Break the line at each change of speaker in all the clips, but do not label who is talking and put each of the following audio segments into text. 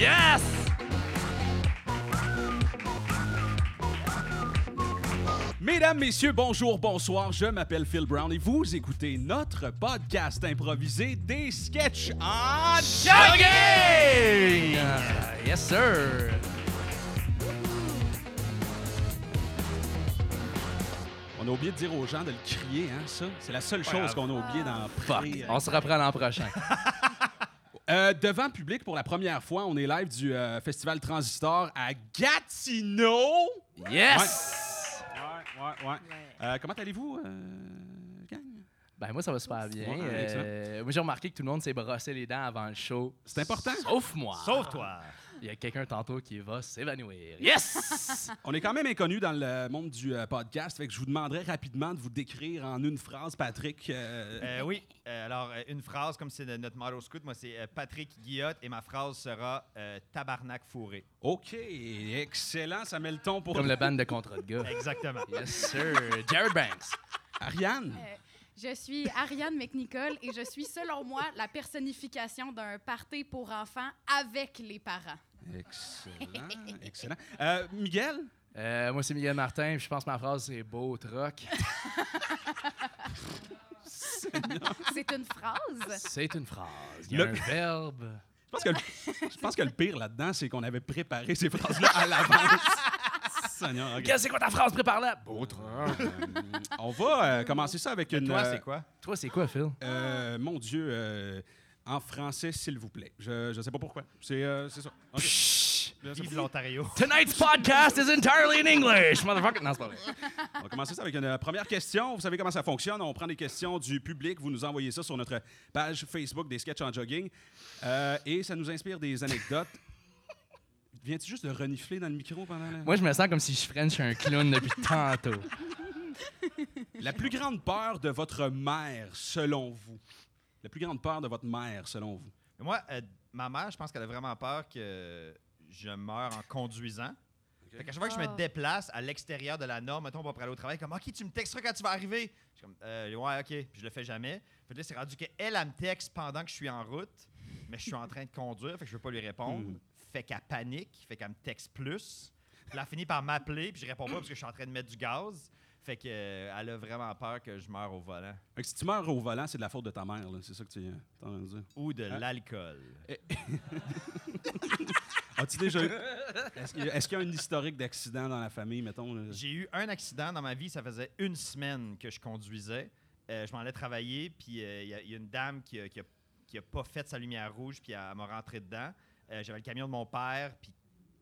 yes! Mesdames, messieurs, bonjour, bonsoir. Je m'appelle Phil Brown et vous écoutez notre podcast improvisé des sketchs Ah! en jogging!
Euh, yes, sir.
On a oublié de dire aux gens de le crier, hein, ça. C'est la seule chose qu'on a oublié dans
Fuck.
Pré-
On se reprend l'an prochain.
Euh, devant public, pour la première fois, on est live du euh, Festival Transistor à Gatineau.
Yes!
Ouais, ouais, ouais. Euh, comment allez-vous, euh, gang?
Ben moi, ça va super bien.
Ouais,
Euh, moi, j'ai remarqué que tout le monde s'est brossé les dents avant le show.
C'est important.
Sauf moi.
Sauve-toi!
Il y a quelqu'un tantôt qui va s'évanouir. Yes!
On est quand même inconnu dans le monde du euh, podcast, fait que je vous demanderai rapidement de vous décrire en une phrase, Patrick. euh,
Euh, oui, euh, alors euh, une phrase, comme c'est de- notre motto scout, moi c'est euh, Patrick Guillotte et ma phrase sera euh, Tabarnak fourré.
OK, excellent, ça met le ton pour
Comme le band de contrat de gars.
Exactement.
Yes, sir. Jared Banks.
Ariane.
Euh, Je suis Ariane McNicol et je suis, selon moi, la personnification d'un party pour enfants avec les parents.
Euh.
Excellent, excellent. Euh, Miguel,
Euh, moi, c'est Miguel Martin. puis Je pense que ma phrase, c'est beau troc.
C'est une phrase.
C'est une phrase. Il y a
Le-
un verbe.
je pense que le, je pense que le pire là-dedans, c'est qu'on avait préparé ces phrases-là à l'avance. Seigneur, ok. Euh,
Miguel, c'est quoi ta phrase? Prépare-la. Beau troc.
On va euh, commencer ça avec une.
Toi,
euh,
c'est quoi?
Toi, c'est quoi, Phil?
euh, mon Dieu, euh, en français, s'il vous plaît. Je ne sais pas pourquoi. C'est euh, c'est ça. Ok.
Vive l'Ontario.
Tonight's podcast is entirely in English, motherfucker. Non, c'est pas vrai.
On va commencer ça avec une euh, première question. Vous savez comment ça fonctionne. On prend des questions du public. Vous nous envoyez ça sur notre page Facebook des sketchs en jogging. Euh, et ça nous inspire des anecdotes. Viens-tu juste de renifler dans le micro pendant la...
Moi, je me sens comme si je French un clown depuis tantôt.
La plus grande peur de votre mère, selon vous? La plus grande peur de votre mère, selon vous?
Moi, euh, ma mère, je pense qu'elle a vraiment peur que je meure en conduisant. Fait qu'à chaque fois que je
Ah.
me déplace à l'extérieur de la norme, mettons, pour aller au travail, comme OK, tu me texteras quand tu vas arriver. Je suis comme Euh, Ouais, OK, puis je le fais jamais. Fait que là, c'est rendu qu'elle, elle elle me texte pendant que je suis en route, mais je suis en train de conduire, fait que je veux pas lui répondre.
Mm.
Fait qu'elle panique, fait qu'elle me texte plus. Puis là, elle finit par m'appeler, puis je réponds pas parce que je suis en train de mettre du gaz. Fait que euh, elle a vraiment peur que je meure au volant
Fait que si tu meurs au volant, c'est de la faute de ta mère, là. c'est ça que tu euh, t'es en train de dire.
ou de
Ah.
l'alcool.
As-tu déjà eu- Est-ce qu'il y a- est-ce qu'il y a un historique d'accident dans la famille, mettons? là?
J'ai eu un accident dans ma vie, ça faisait une semaine que je conduisais. Euh, je m'en allais travailler, puis euh, il y, a- il y a une dame qui a, qui a- qui a pas fait sa lumière rouge, puis elle, m'a rentré dedans. Euh, J'avais le camion de mon père, puis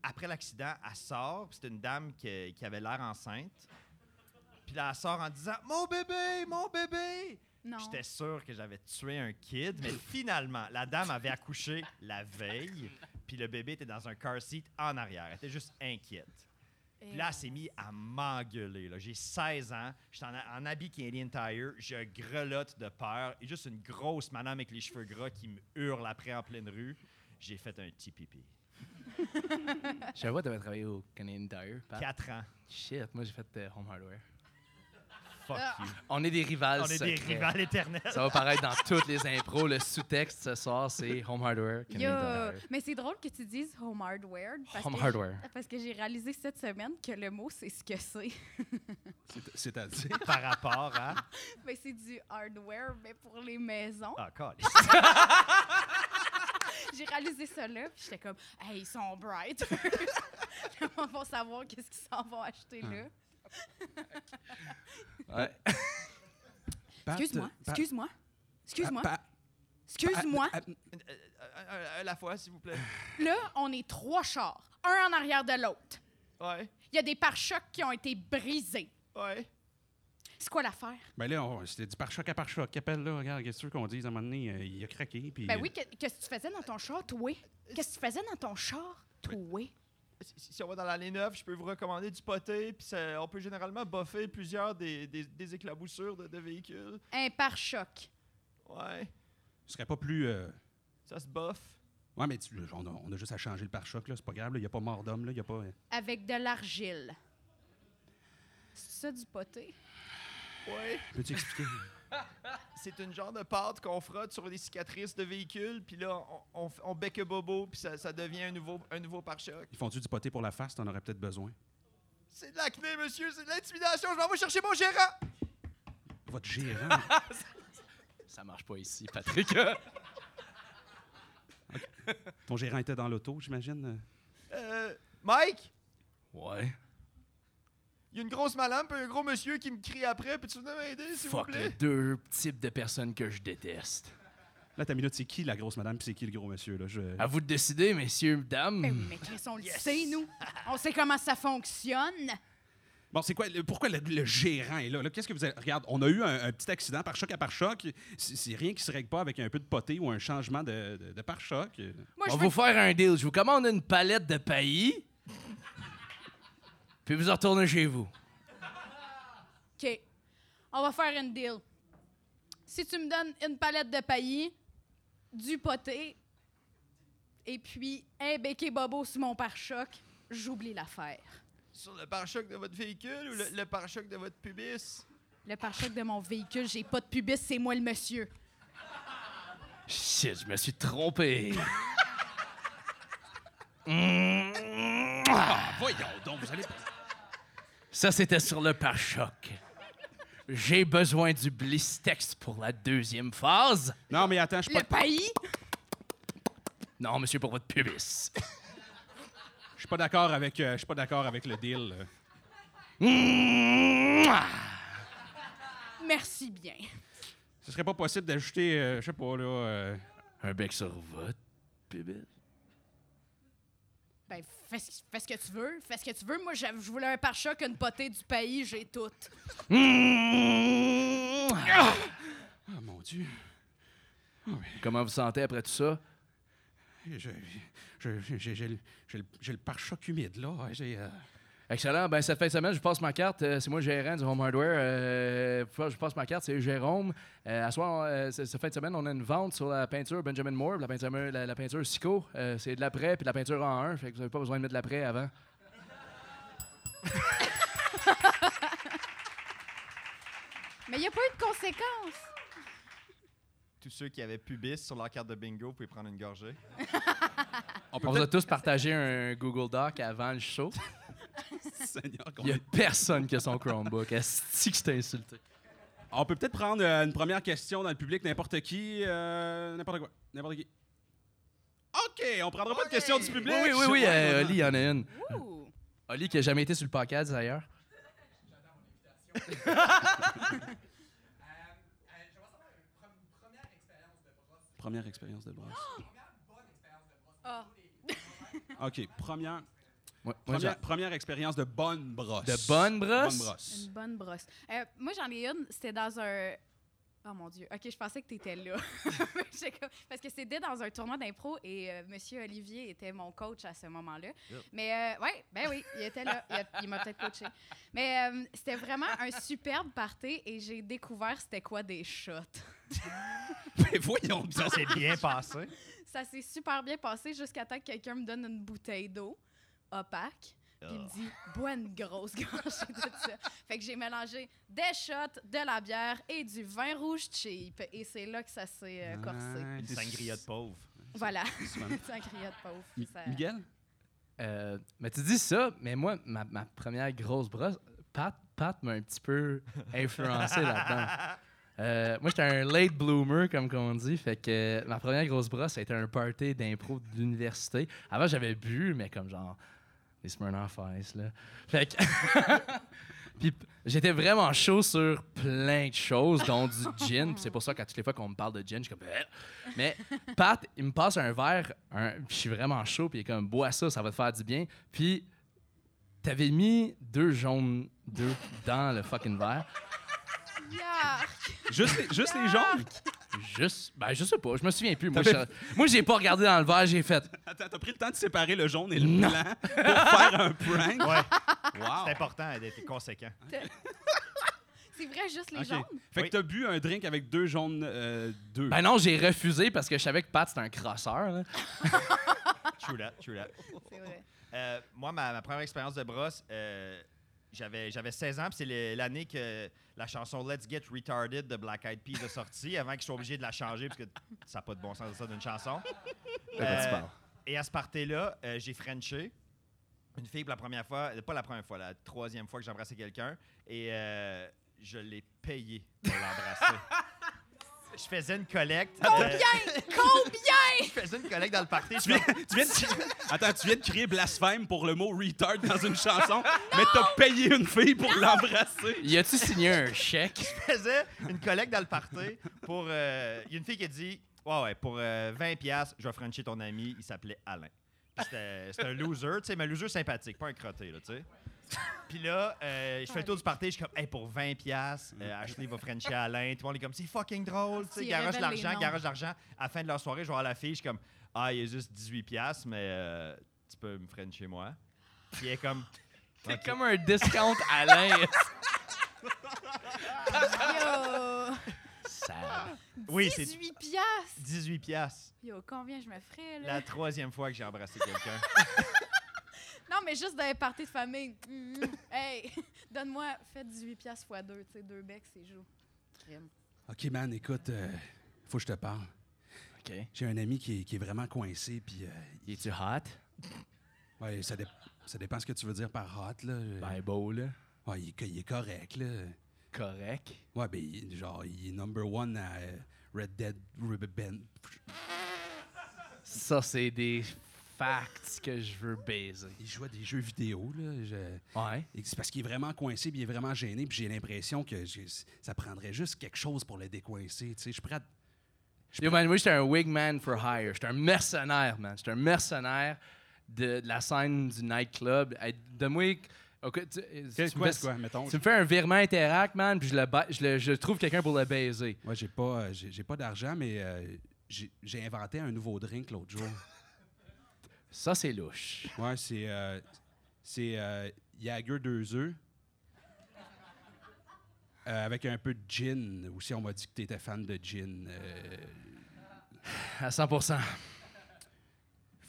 après l'accident, elle sort, puis c'est une dame qui, qui avait l'air enceinte. Puis là, elle sort en disant Mon bébé, mon bébé
Non.
J'étais sûr que j'avais tué un kid, mais finalement, la dame avait accouché la veille, puis le bébé était dans un car seat en arrière. Elle était juste inquiète.
Et
Puis là, elle s'est mise à m'engueuler. là. J'ai 16 ans, je suis en, en habit Canadian Tire, je grelotte de peur. Et juste une grosse madame avec les cheveux gras qui me hurle après en pleine rue. J'ai fait un petit pipi.
Je savais que t'avais travaillé au Canadian Tire. Pat.
4 ans.
Shit, moi, j'ai fait euh, Home Hardware.
Fuck
Ah.
you.
On est des rivales
On est des
secrets.
rivales éternels.
Ça va paraître dans toutes les impros. Le sous-texte ce soir, c'est Home Hardware,
il y a-
Canadian Tire.
Eh, Mais c'est drôle que tu dises home hardware. Parce
Home
que
hardware.
Parce que j'ai réalisé cette semaine que le mot, c'est ce que c'est.
C'est- C'est-à-dire?
Par rapport à.
Mais c'est du hardware, mais pour les maisons.
Ah, câlisse.
J'ai réalisé ça là, puis j'étais comme, hey, ils sont bright. Ils vont savoir qu'est-ce qu'ils s'en vont acheter là.
Ouais.
Pat-
Excuse-moi,
Pat-
excuse-moi, excuse-moi,
Pat-
excuse-moi.
Pat-
Euh, euh, euh, à la fois, s'il vous plaît.
Là, on est trois chars, un en arrière de l'autre.
Ouais,
Il y a des pare-chocs qui ont été brisés.
ouais.
C'est quoi l'affaire?
Ben là, on- c'était du pare-choc à pare-choc. Appelle là, regarde, qu'est-ce que tu veux qu'on dise? À un moment donné, euh, il a craqué. Puis,
Ben oui, que- qu'est-ce que tu faisais dans ton char, toi? Qu'est-ce que tu faisais dans ton char, toi?
Si, si on va dans l'année 9, je peux vous recommander du poté, puis ça- on peut généralement buffer plusieurs des, des- des éclaboussures de, de véhicules.
Un pare-choc.
Ouais,
Ce serait pas plus. euh,
ça se buffe.
Ouais, mais tu- on, a, on a juste à changer le pare-choc, là. C'est pas grave, là. Il n'y a pas mort d'homme, là. Il y a pas. euh,
Avec de l'argile. C'est ça du poté?
Ouais.
Peux-tu expliquer?
c'est une genre de pâte qu'on frotte sur des cicatrices de véhicules, puis là, on, on, on bec bobo, puis ça, ça devient un nouveau, un nouveau pare-choc.
Ils font-tu du poté pour la face? T'en aurais peut-être besoin.
C'est de l'acné, monsieur, c'est de l'intimidation, je m'en vais chercher mon gérant!
Votre gérant.
Ça marche pas ici, Patrick.
Ton gérant était dans l'auto, j'imagine.
Euh, Mike,
ouais.
il y a une grosse madame, puis un gros monsieur qui me crie après, puis tu venir m'aider, s'il vous
Fuck les
plaît?
deux types de personnes que je déteste.
Là, ta minute, c'est qui la grosse madame puis c'est qui le gros monsieur? Là? Je...
À vous de décider, messieurs,
Ben
dames.
oui, mais Chris, on le
Yes.
sait, nous. On sait comment ça fonctionne.
Bon, c'est quoi? le- pourquoi le, le gérant est là? là? Qu'est-ce que vous avez- Regarde, on a eu un, un petit accident par choc à par choc. C'est c'est rien qui se règle pas avec un peu de poté ou un changement de, de- de par choc.
Moi,
On
je
va vous
veux...
faire un deal. Je vous commande une palette de paillis, puis vous en retournez chez vous.
OK. On va faire une deal. Si tu me donnes une palette de paillis, du poté, et puis un béquet bobo sur mon pare-choc, j'oublie l'affaire.
Sur le pare-choc de votre véhicule ou le, le pare-choc de votre pubis?
Le pare-choc de mon véhicule, j'ai pas de pubis, c'est moi le monsieur.
Shit, je me suis trompé. Ah,
Voyons donc, vous allez.
Ça, c'était sur le pare-choc. J'ai besoin du Blistex pour la deuxième phase.
Non, mais attends, je suis
Le
pas.
paillis?
Non, monsieur, pour votre pubis.
Je suis pas d'accord avec, euh, je suis pas d'accord avec le deal. là.
Merci bien.
Ce serait pas possible d'ajouter, euh, je sais pas là, euh,
Un bec sur votre pubis.
Ben, fais, ce- fais ce que tu veux, fais ce que tu veux. Moi, j'avais- je voulais un pare-choc, une potée, du paillis, j'ai tout.
Ah mon Dieu,
Comment vous sentez après tout ça?
Je- je- je- j'ai j'ai le- j'ai le j'ai le pare-choc humide là. Ouais, j'ai, euh,
Excellent. Ben, cette fin de semaine, je vous passe ma carte. Euh, c'est moi le gérant du Home Hardware. Euh, je vous passe ma carte, c'est Jérôme. Euh, à soir, on- euh, ce- cette fin de semaine, on a une vente sur la peinture Benjamin Moore, la peinture, la, la peinture Sico. Euh, c'est de l'après puis de la peinture en un. Fait que vous n'avez pas besoin de mettre de l'après avant.
Mais il n'y a pas eu de conséquences.
Tous ceux qui avaient pubis sur leur carte de bingo pouvaient prendre une gorgée.
On peut
On vous a
peut-être.
tous partagé un Google Doc avant le show.
Seigneur, qu'on
Il n'y a
est-
personne qui a son Chromebook. Est-ce que je t'ai insulté?
On peut peut-être prendre euh, une première question dans le public, n'importe qui, euh, n'importe quoi, n'importe qui. Ok, on prendra pas de
Ok.
questions du public.
Oui, oui, oui, oui, euh, Oli, il y en a une.
Ouh!
Oli qui a jamais été sur le podcast d'ailleurs.
Première expérience de brosse.
Ah,
Ok, première,
Moi- moi,
première, première expérience de bonne brosse.
De bonne brosse?
Bonne brosse.
une bonne brosse. Euh, moi, j'en ai une, c'était dans un. Oh mon Dieu. OK, je pensais que tu étais là. J'étais comme- Parce que c'était dans un tournoi d'impro et euh, Monsieur Olivier était mon coach à ce moment-là.
Yep.
Mais euh, ouais, ben oui, il était là. Il, a- il m'a peut-être coaché. Mais euh, c'était vraiment un superbe party et j'ai découvert c'était quoi des shots.
Mais voyons donc.
Ça s'est bien passé.
Ça s'est super bien passé jusqu'à temps que quelqu'un me donne une bouteille d'eau opaque. Puis il me dit,
Ah.
bois une grosse gorgée de ça. Fait que j'ai mélangé des shots, de la bière et du vin rouge cheap. Et c'est là que ça s'est euh, corsé.
Ah,
Une
c'est-
sangria de pauvre.
Voilà.
c'est-
c'est un criot de pauvre.
Mi-
Ça-
Miguel?
Euh, mais tu dis ça, mais moi, ma, ma première grosse brosse, Pat, Pat m'a un petit peu influencé là-dedans. Euh, moi, j'étais un late bloomer, comme qu'on dit. Fait que euh, ma première grosse brosse, c'était un party d'impro de l'université. Avant, j'avais bu, mais comme genre des Smirnoff Ice, là. Fait que... Puis p- j'étais vraiment chaud sur plein de choses, dont du gin. Puis c'est pour ça, quand toutes les fois qu'on me parle de gin, je suis comme... Eh. Mais Pat, il me passe un verre, un... puis je suis vraiment chaud, puis il est comme, bois ça, ça va te faire du bien. Puis t'avais mis deux jaunes d'œufs dans le fucking verre.
Yark!
Juste les, juste les jaunes?
Juste, ben je sais pas, je me souviens plus. Moi,
T'avais-
je- moi, j'ai pas regardé dans le verre, j'ai fait.
Attends, t'as pris le temps de séparer le jaune et le
Non.
blanc pour faire un prank?
Ouais, c'est
Wow!
important d'être conséquent.
C'est vrai, juste les
Ok.
gens.
Fait
Oui.
que t'as bu un drink avec deux jaunes euh, deux.
Ben non, j'ai refusé parce que je savais que Pat c'était un crosseur. là.
True that, true that.
C'est vrai.
Euh, moi, ma, ma première expérience de brosse, euh, J'avais, j'avais 16 ans, puis c'est le- l'année que la chanson Let's Get Retarded de Black Eyed Peas est sortie, avant qu'ils soient obligés de la changer, parce que ça n'a pas de bon sens de ça d'une chanson.
De quoi tu
Euh,
parles?
Et à ce party-là, euh, j'ai Frenché. Une fille pour la première fois, euh, pas la première fois, la troisième fois que j'embrassais quelqu'un. Et euh, je l'ai payé pour l'embrasser. je faisais une collecte. euh,
Combien? Combien?
je faisais une collecte dans le party.
Tu viens, tu viens de, attends, tu viens de crier blasphème pour le mot retard dans une chanson, mais t'as payé une fille pour l'embrasser.
Y a-tu signé un chèque?
faisais une collecte dans le party pour. euh, Il y a une fille qui a dit Ouais, ouais, pour euh, 20$, piastres, je vais frencher ton ami. Il s'appelait Alain. Puis C'était c'était un loser, tu sais, mais un loser sympathique, pas un crotté, là, tu sais. Puis là, euh, je fais le tour du party, je suis comme, hey, pour 20$, piastres, euh, Ashley va frencher Alain. Tout le monde est comme, c'est fucking drôle, tu sais,
Il
garoche
révèle les
l'argent,
noms.
garoche l'argent. À la fin de leur soirée, je vais voir la fille, je suis comme, ah, il y a juste 18$, piastres, mais euh, tu peux me frencher moi. Puis elle est comme,
T'es
Ok.
comme un discount Alain.
Yo!
Sale.
oui, c'est
18 piastres!
18$. piastres.
Yo, combien je me ferais, là?
La troisième fois que j'ai embrassé quelqu'un.
Non, mais juste dans les parties de famille. Mm, mm. Hey, donne-moi, fais 18 piastres fois 2, tu sais, deux becs, c'est joue. Crime.
OK, man, écoute, euh, faut que je te parle.
OK.
J'ai un ami qui est, qui est vraiment coincé, puis euh,
Y est-tu hot?
ouais, ça, dé- ça dépend ce que tu veux dire par hot, là.
Ben beau, là.
Ouais, il, est co- il est correct, là.
Correct.
Ouais, ben, il- genre, il est number one à euh, Red Dead Ribbon.
Ça, c'est des facts que je veux baiser.
Il joue à des jeux vidéo, là. je-
Ouais.
Et C'est parce qu'il est vraiment coincé, puis il est vraiment gêné, puis j'ai l'impression que j'ai- ça prendrait juste quelque chose pour le décoincer. Tu sais, je suis prêt à-
Yo, man, moi, j'étais un wigman for hire. J'étais un mercenaire, man. J'étais un mercenaire de, de la scène du nightclub. Hey, Donne-moi. ok, tu, euh, tu me
quoi,
fais-
quoi, mettons,
tu me fais un virement interact, man, puis je, le ba- je, le- je trouve quelqu'un pour le baiser.
Moi, j'ai pas, euh, j'ai j'ai pas d'argent, mais euh, j'ai j'ai inventé un nouveau drink l'autre jour.
Ça, c'est louche.
ouais, c'est euh, c'est euh, Jager 2 œufs. Euh, avec un peu de gin aussi. On m'a dit que tu étais fan de gin. euh,
À 100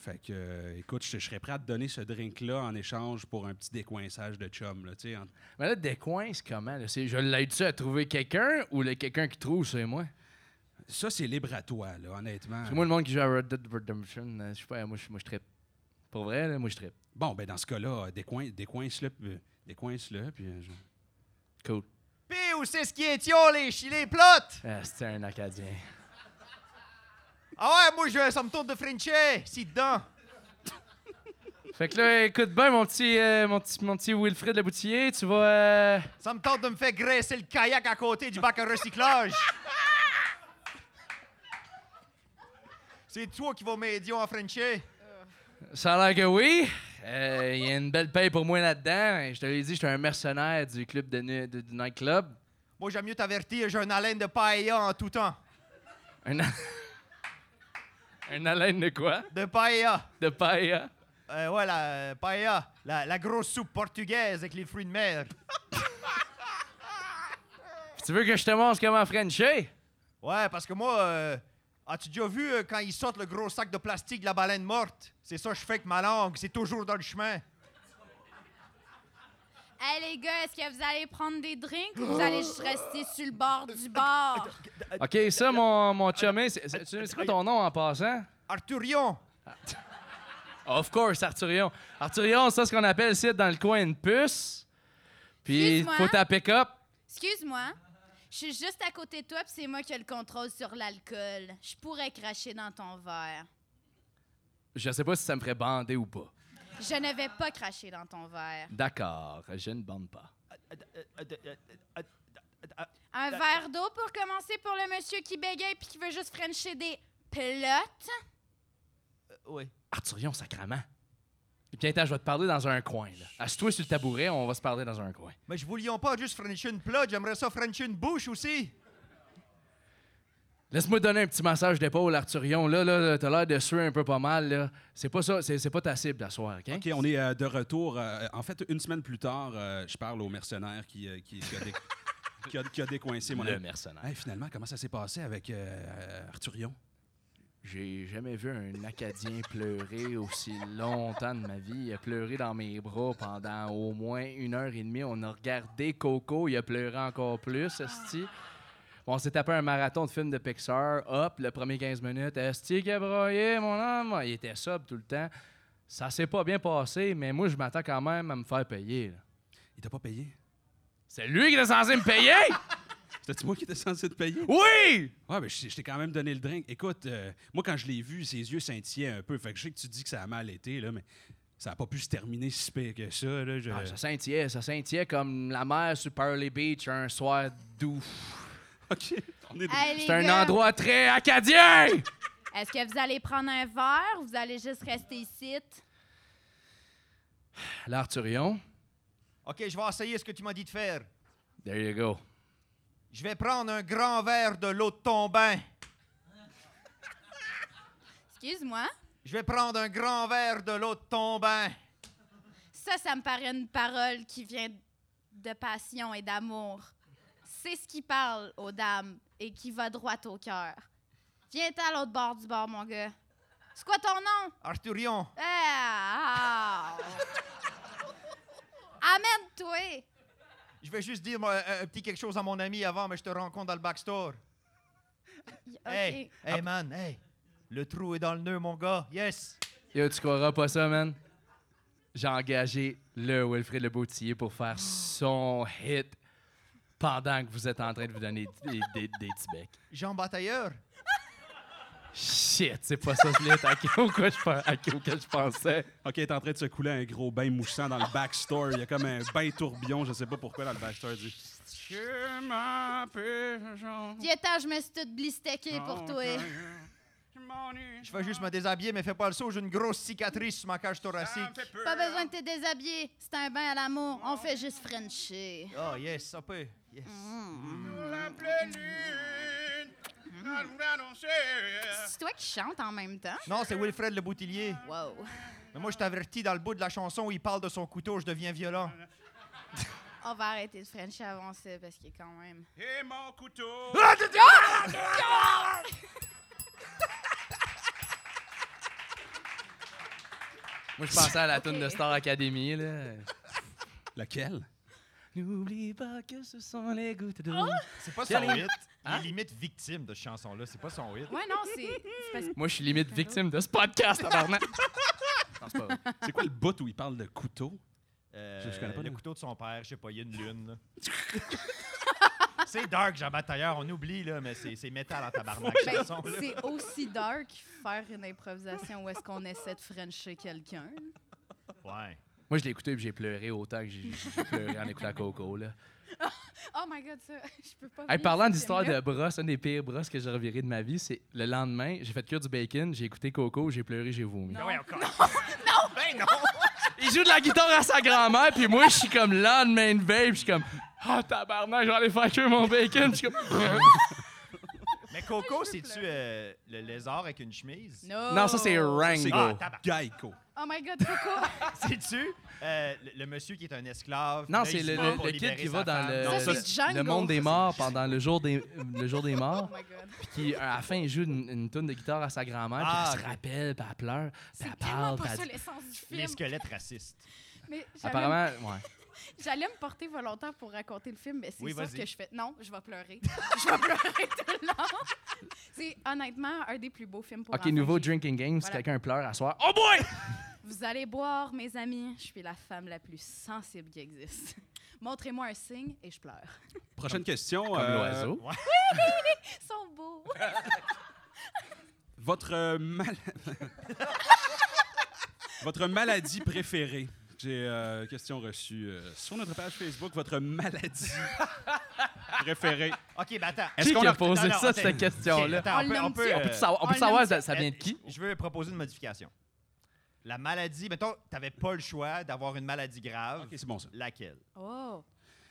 fait que, euh, écoute, je je serais prêt à te donner ce drink-là en échange pour un petit décoinçage de chum. Là, tu sais, en-
Mais là, décoin, c'est comment? là? C'est- Je l'aide-tu à trouver quelqu'un ou le quelqu'un qui trouve, c'est moi?
Ça, c'est libre à toi, là, honnêtement.
C'est moi, le monde qui joue à Red Dead Redemption, euh, je sais pas, moi, je moi, je trippe. Pour vrai, là, moi, je trippe.
Bon, ben dans ce cas-là, euh, décoin- décoince-le. puis- euh, Décoince-le. Puis, euh, je-
Cool.
Pis où c'est ce qui étions les chi- les plots?
Ah, c'était un Acadien.
Ah ouais, moi je ça me tourne de Frenchie, si dedans.
Fait que là, écoute bien, mon petit, euh, mon petit, mon petit Wilfred Le Boutillier, tu vas. euh,
Ça me tente de me faire graisser le kayak à côté du bac à recyclage. C'est toi qui vas m'aider en Frenchie.
ça a l'air que oui. Euh, Il y a une belle paye pour moi là-dedans. Je te l'ai dit, j'étais un mercenaire du club de, nu- de- du nightclub.
Moi j'aime mieux t'avertir, j'ai une haleine de paella en tout temps.
Un, a- un haleine de quoi?
De paella.
De paille, hein?
Euh, ouais, la euh, paella, la, la grosse soupe portugaise avec les fruits de mer.
Puis tu veux que je te montre comment Frencher?
Ouais, parce que moi, euh, as-tu déjà vu euh, quand ils sortent le gros sac de plastique de la baleine morte? C'est ça que je fais avec ma langue, c'est toujours dans le chemin.
Hey les gars, est-ce que vous allez prendre des drinks ou vous allez juste rester sur le bord du bar?
Ok, ça, mon, mon chumé, c'est c'est- tu- c'est quoi ton nom en passant? Ah,
Arthurion!
Of course, Arthurion. Arthurion, ça, c'est ce qu'on appelle ici dans le coin une puce. Puis,
Excuse-moi.
faut ta pick-up.
Excuse-moi, je suis juste à côté de toi puis c'est moi qui ai le contrôle sur l'alcool. Je pourrais cracher dans ton verre.
Je sais pas si ça me ferait bander ou pas.
Je ne vais pas cracher dans ton verre.
D'accord, je ne bande pas.
Un verre d'eau pour commencer pour le monsieur qui bégaye puis qui veut juste frencher des plots.
Oui.
Arthurion, sacrament. Et puis, attends, je vais te parler dans un coin. là. Assis-toi sur le tabouret, on va se parler dans un coin.
Mais je voulions pas juste frencher une plot, j'aimerais ça frencher une bouche aussi.
Laisse-moi te donner un petit massage d'épaule, Arthurion. Là, là, là, t'as l'air de suer un peu pas mal. là. C'est pas ça, c'est c'est pas ta cible la soirée, OK?
OK, on est euh, de retour. euh, en fait, une semaine plus tard, euh, je parle au mercenaire qui, euh, qui, qui a, dé- qui a- qui a décoincé mon
Le
ami.
mercenaire.
Hey, finalement, comment ça s'est passé avec euh, Arthurion?
J'ai jamais vu un Acadien pleurer aussi longtemps de ma vie. Il a pleuré dans mes bras pendant au moins une heure et demie. On a regardé Coco, il a pleuré encore plus, Esti. On s'est tapé un marathon de films de Pixar. Hop, le premier 15 minutes, Esti qui a broyé, mon homme. Il était sobre tout le temps. Ça s'est pas bien passé, mais moi, je m'attends quand même à me faire payer. là.
Il t'a pas payé.
C'est lui qui était censé me payer?
C'était-tu moi qui étais censé te payer?
Oui!
Ouais, mais je je t'ai quand même donné le drink. Écoute, euh, moi, quand je l'ai vu, ses yeux scintillaient un peu. Fait que je sais que tu dis que ça a mal été, là, mais ça a pas pu se terminer si pire que ça. Là, je-
Ah, ça scintillait, ça scintillait comme la mer sur Pearly Beach un soir doux.
OK. On est des-
Hey, les
C'est un
gars,
endroit très acadien!
Est-ce que vous allez prendre un verre ou vous allez juste rester ici?
L'Arturion,
OK, je vais essayer ce que tu m'as dit de faire.
there you go.
Je vais prendre un grand verre de l'eau de ton bain.
Excuse-moi.
Je vais prendre un grand verre de l'eau de ton bain.
Ça, ça me paraît une parole qui vient de passion et d'amour. C'est ce qui parle aux dames et qui va droit au cœur. Viens à l'autre bord du bord, mon gars. C'est quoi ton nom?
Arthurion,
Ah! Amène-toi!
je vais juste dire moi, un, un petit quelque chose à mon ami avant, mais je te rencontre dans le backstore.
OK.
Hey, hey man, hey. Le trou est dans le nœud, mon gars. Yes.
Yo, tu croiras pas ça, man? J'ai engagé le Wilfred Le Boutillier pour faire son hit pendant que vous êtes en train de vous donner des, des, des petits becs.
Jean Batailleur.
Shit, c'est pas ça ce lit à qui ou quoi je pens- à qui ou que je pensais.
OK, il est en train de se couler un gros bain moussant dans le backstore. Il y a comme un bain tourbillon, je sais pas pourquoi, dans le backstore. Du... Je m'appelle Jean-
Viens t'en, je me suis toute blistequée pour toi.
Je vais juste me déshabiller, mais fais pas le saut. J'ai une grosse cicatrice sur ma cage thoracique.
Pas besoin de te déshabiller. C'est un bain à l'amour. On fait juste Frencher.
Oh, yes, ça peut. Yes.
C'est toi qui chantes en même temps?
Non, c'est Wilfred le Boutillier.
Wow.
Mais moi, je t'avertis, dans le bout de la chanson où il parle de son couteau, je deviens violent.
On va arrêter de Frencher avant ça parce que quand même.
Et mon couteau.
Moi, je pensais à la tune
Ok.
de Star Academy, là.
Lequel?
N'oublie pas que ce sont les gouttes d'eau.
C'est pas
Quel
son
hit? Hein?
hit. Il est limite victime de cette chanson-là. C'est pas son hit.
Ouais, non, c'est. c'est parce que.
Moi, je suis limite victime de ce podcast, tabarnak. Non, c'est pas vrai.
C'est quoi le bout où il parle de couteau?
Euh,
Je- je connais pas,
le
non.
couteau de son père, je sais pas, il y a une lune. là. c'est dark, Jean Batailleur, on oublie, là, mais c'est c'est métal en tabarnak, cette
Ben,
chanson, là.
c'est aussi dark faire une improvisation où est-ce qu'on essaie de Frencher quelqu'un.
Ouais.
Moi, je l'ai écouté et j'ai pleuré autant que j'ai j'ai pleuré en écoutant Coco, là.
Oh my god, ça, je peux pas.
Hey,
vivre
parlant
ce
d'histoire
film-là.
de brosses, une des pires brosses que j'ai revirées de ma vie, c'est le lendemain, j'ai fait cuire du bacon, j'ai écouté Coco, j'ai pleuré, j'ai vomi.
Ben ouais, encore. Non! Ben non!
Il joue de la guitare à sa grand-mère, puis moi, je suis comme lendemain de veille, puis je suis comme Ah, tabarnak, je vais aller faire cuire mon bacon. Je suis comme
Mais Coco, c'est-tu euh, le lézard avec une chemise?
No.
Non, ça, c'est
C'est
Rango.
Ah, tabarnak.
Geico.
Oh my god, Coco.
C'est-tu euh, le, le monsieur qui est un esclave?
Non,
là,
c'est
Ben, il se
le,
bat
le-
pour
le
libérer
kid qui
sa
va dans
femme. Non,
le,
ça,
c'est
le- le
Django,
monde des
ça,
morts pendant le jour des, le jour des
Oh
morts.
my god.
qui euh, à la fin il joue une, une toune de guitare à sa grand-mère,
Ah,
puis elle se
ok.
rappelle, puis elle pleure, puis elle
C'est tellement
parle, puis
pas
elle
ça
dit-
l'essence du
les
film.
squelettes racistes.
Mais j'allais-
Apparemment, ouais.
j'allais me porter volontaire pour raconter le film, mais c'est
Oui,
sûr
vas-y.
que je fais. Non, je vais pleurer. je vais pleurer tout le long. C'est honnêtement un des plus beaux films pour
Ok,
enfants
nouveau
que j'ai
drinking game, si
Voilà.
quelqu'un pleure à soir. Oh boy!
Vous allez boire, mes amis. Je suis la femme la plus sensible qui existe. Montrez-moi un signe et je pleure.
Prochaine question.
Comme
euh,
l'oiseau.
Ils sont beaux.
Votre, euh, mal- votre maladie préférée. J'ai euh, question reçue euh, sur notre page Facebook. Votre maladie préférée.
OK, ben attends.
Qui qui a posé
non,
ça,
attends.
cette question-là?
OK, attends,
On
on peut-
l'aime-tu?
On
On
on peut, euh,
peut savoir, on peut
On
savoir
l'aime
ça, ça vient de qui?
Je veux proposer une modification. La maladie, mettons, t'avais pas le choix d'avoir une maladie grave.
OK, c'est bon ça.
Laquelle?
Oh,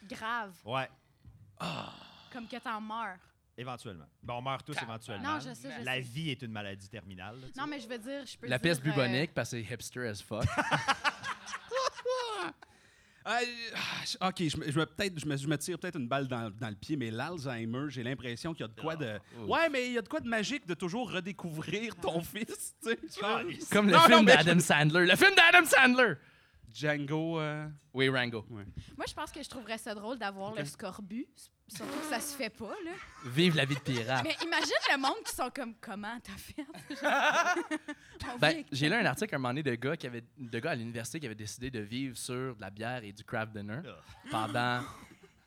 grave.
Ouais,
Comme que t'en meurs.
éventuellement. Ben, on meurt tous éventuellement.
Non, je sais, je
La
sais.
vie est une maladie terminale. là, tu
Non,
sais.
mais je veux dire, euh, je peux
La
dire,
peste
euh,
bubonique, parce que c'est hipster as fuck.
Ah, je- ah, OK, je, me- je me- peut-être, je, me, je me tire peut-être une balle dans, dans le pied, mais l'Alzheimer, j'ai l'impression qu'il y a de quoi de.
Oh.
Ouais, mais il y a de quoi de magique de toujours redécouvrir ton fils, tu sais. genre.
Comme le
Non, non,
film
mais
d'Adam Sandler. Le film d'Adam Sandler!
Django. euh,
Oui, Rango.
Moi, je pense que je trouverais ça drôle d'avoir le scorbut. Surtout que ça se fait pas, là.
Vive la vie de pirate.
Mais imagine le monde qui sont comme comment t'as fait?
Ben,
Ah On
Ben,
vit-
j'ai lu un article un moment donné de gars, qui avait, de gars à l'université qui avait décidé de vivre sur de la bière et du craft dinner pendant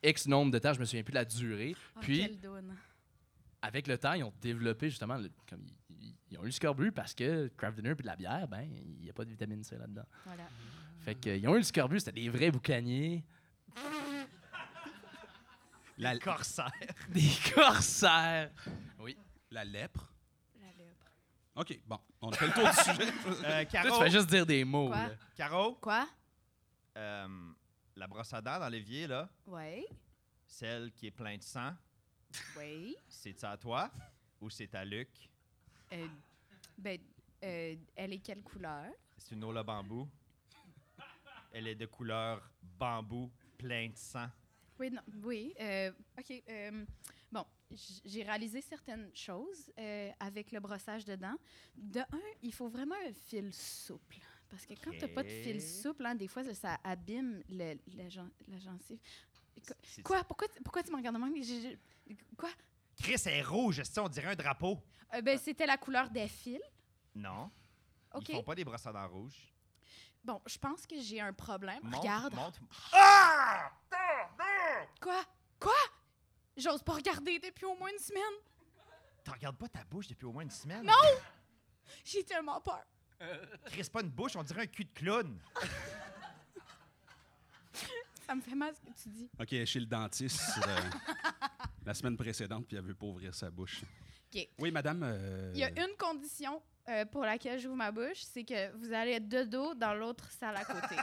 X nombre de temps, je me souviens plus de la durée.
Ah,
Puis,
quelle doune.
avec le temps, ils ont développé justement, le- comme ils- ils, ils ont eu le scorbut parce que craft dinner puis de la bière, ben, il n'y a pas de vitamine C là-dedans.
Voilà.
Fait qu'ils ont eu le scorbut, c'était des vrais boucaniers,
la,
Corsaire.
des corsaires. Oui.
la lèpre.
La lèpre.
OK, bon, on a fait le tour du sujet.
Euh,
Toi, tu
Caro,
fais juste dire des mots.
Quoi?
là.
Caro
Quoi?
euh, la brosse à dents dans l'évier, là,
Oui.
celle qui est pleine de sang,
Oui.
c'est à toi ou c'est à Luc?
Euh, ben, euh, elle est quelle couleur?
C'est une Ola bambou. Elle est de couleur bambou, plein de sang.
Oui, non, oui. euh, OK. euh, bon, j- j'ai réalisé certaines choses euh, avec le brossage de dents. De un, il faut vraiment un fil souple. Parce que quand tu pas de
Ok.
fil souple, hein, des fois, ça, ça abîme le, la, gen- la gencive. Qu-
C'est-
Quoi? Pourquoi, tu- pourquoi tu me regardes de même? J'ai- j'ai- Quoi?
Chris elle est rouge, esti, on dirait un drapeau.
Euh, ben, c'était la couleur des fils.
Non.
OK.
Ah. Ils font pas des brosses à dents rouges.
Bon, je pense que j'ai un problème.
Montre-
Regarde.
montre-
Quoi? Quoi? J'ose pas regarder depuis au moins une semaine.
T'en regardes pas ta bouche depuis au moins une semaine?
Non! J'ai tellement peur.
Chris, pas une bouche, on dirait un cul de clown.
Ça me fait mal ce que tu dis.
OK, elle est chez le dentiste euh, la semaine précédente, puis elle veut pas ouvrir sa bouche.
OK.
Oui, madame. euh,
Il y a une condition euh, pour laquelle j'ouvre ma bouche, c'est que vous allez être de dos dans l'autre salle à côté.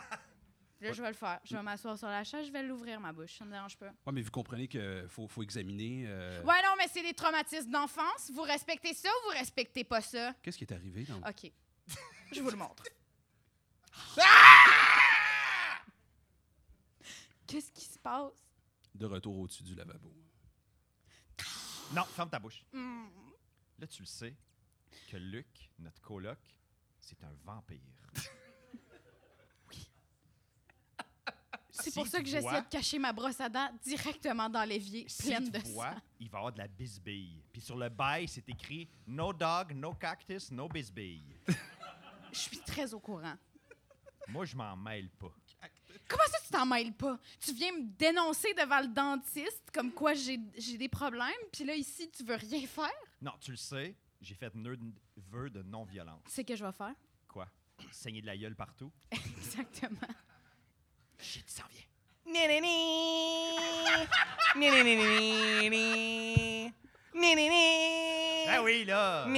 Là, je vais le faire. Je vais m'asseoir sur la chaise, je vais l'ouvrir, ma bouche. Ça ne me dérange pas.
Ouais, mais vous comprenez qu'il faut, faut examiner. euh,
Ouais, non, mais c'est des traumatismes d'enfance. Vous respectez ça ou vous respectez pas ça?
Qu'est-ce qui est arrivé? donc?
OK. Je vous le montre. Qu'est-ce qui se passe?
De retour au-dessus du lavabo.
Non, ferme ta bouche.
Hmm.
Là, tu le sais que Luc, notre coloc, c'est un vampire.
C'est
Si
pour ça
tu
que j'essayais
vois-
de cacher ma brosse à dents directement dans l'évier,
Si
pleine
tu
de
vois,
sang.
il va y avoir de la bisbille. Puis sur le bail, c'est écrit No dog, no cactus, no bisbille.
Je suis très au courant.
Moi, je m'en mêle pas.
Comment ça, tu t'en mêles pas? Tu viens me dénoncer devant le dentiste comme quoi j'ai j'ai des problèmes, puis là, ici, tu veux rien faire?
Non, tu le sais, j'ai fait neu- vœu de non-violence.
C'est que je vais faire.
Quoi? Saigner de la gueule partout?
Exactement.
Shit, il s'en vient. Ben oui, là!
Ça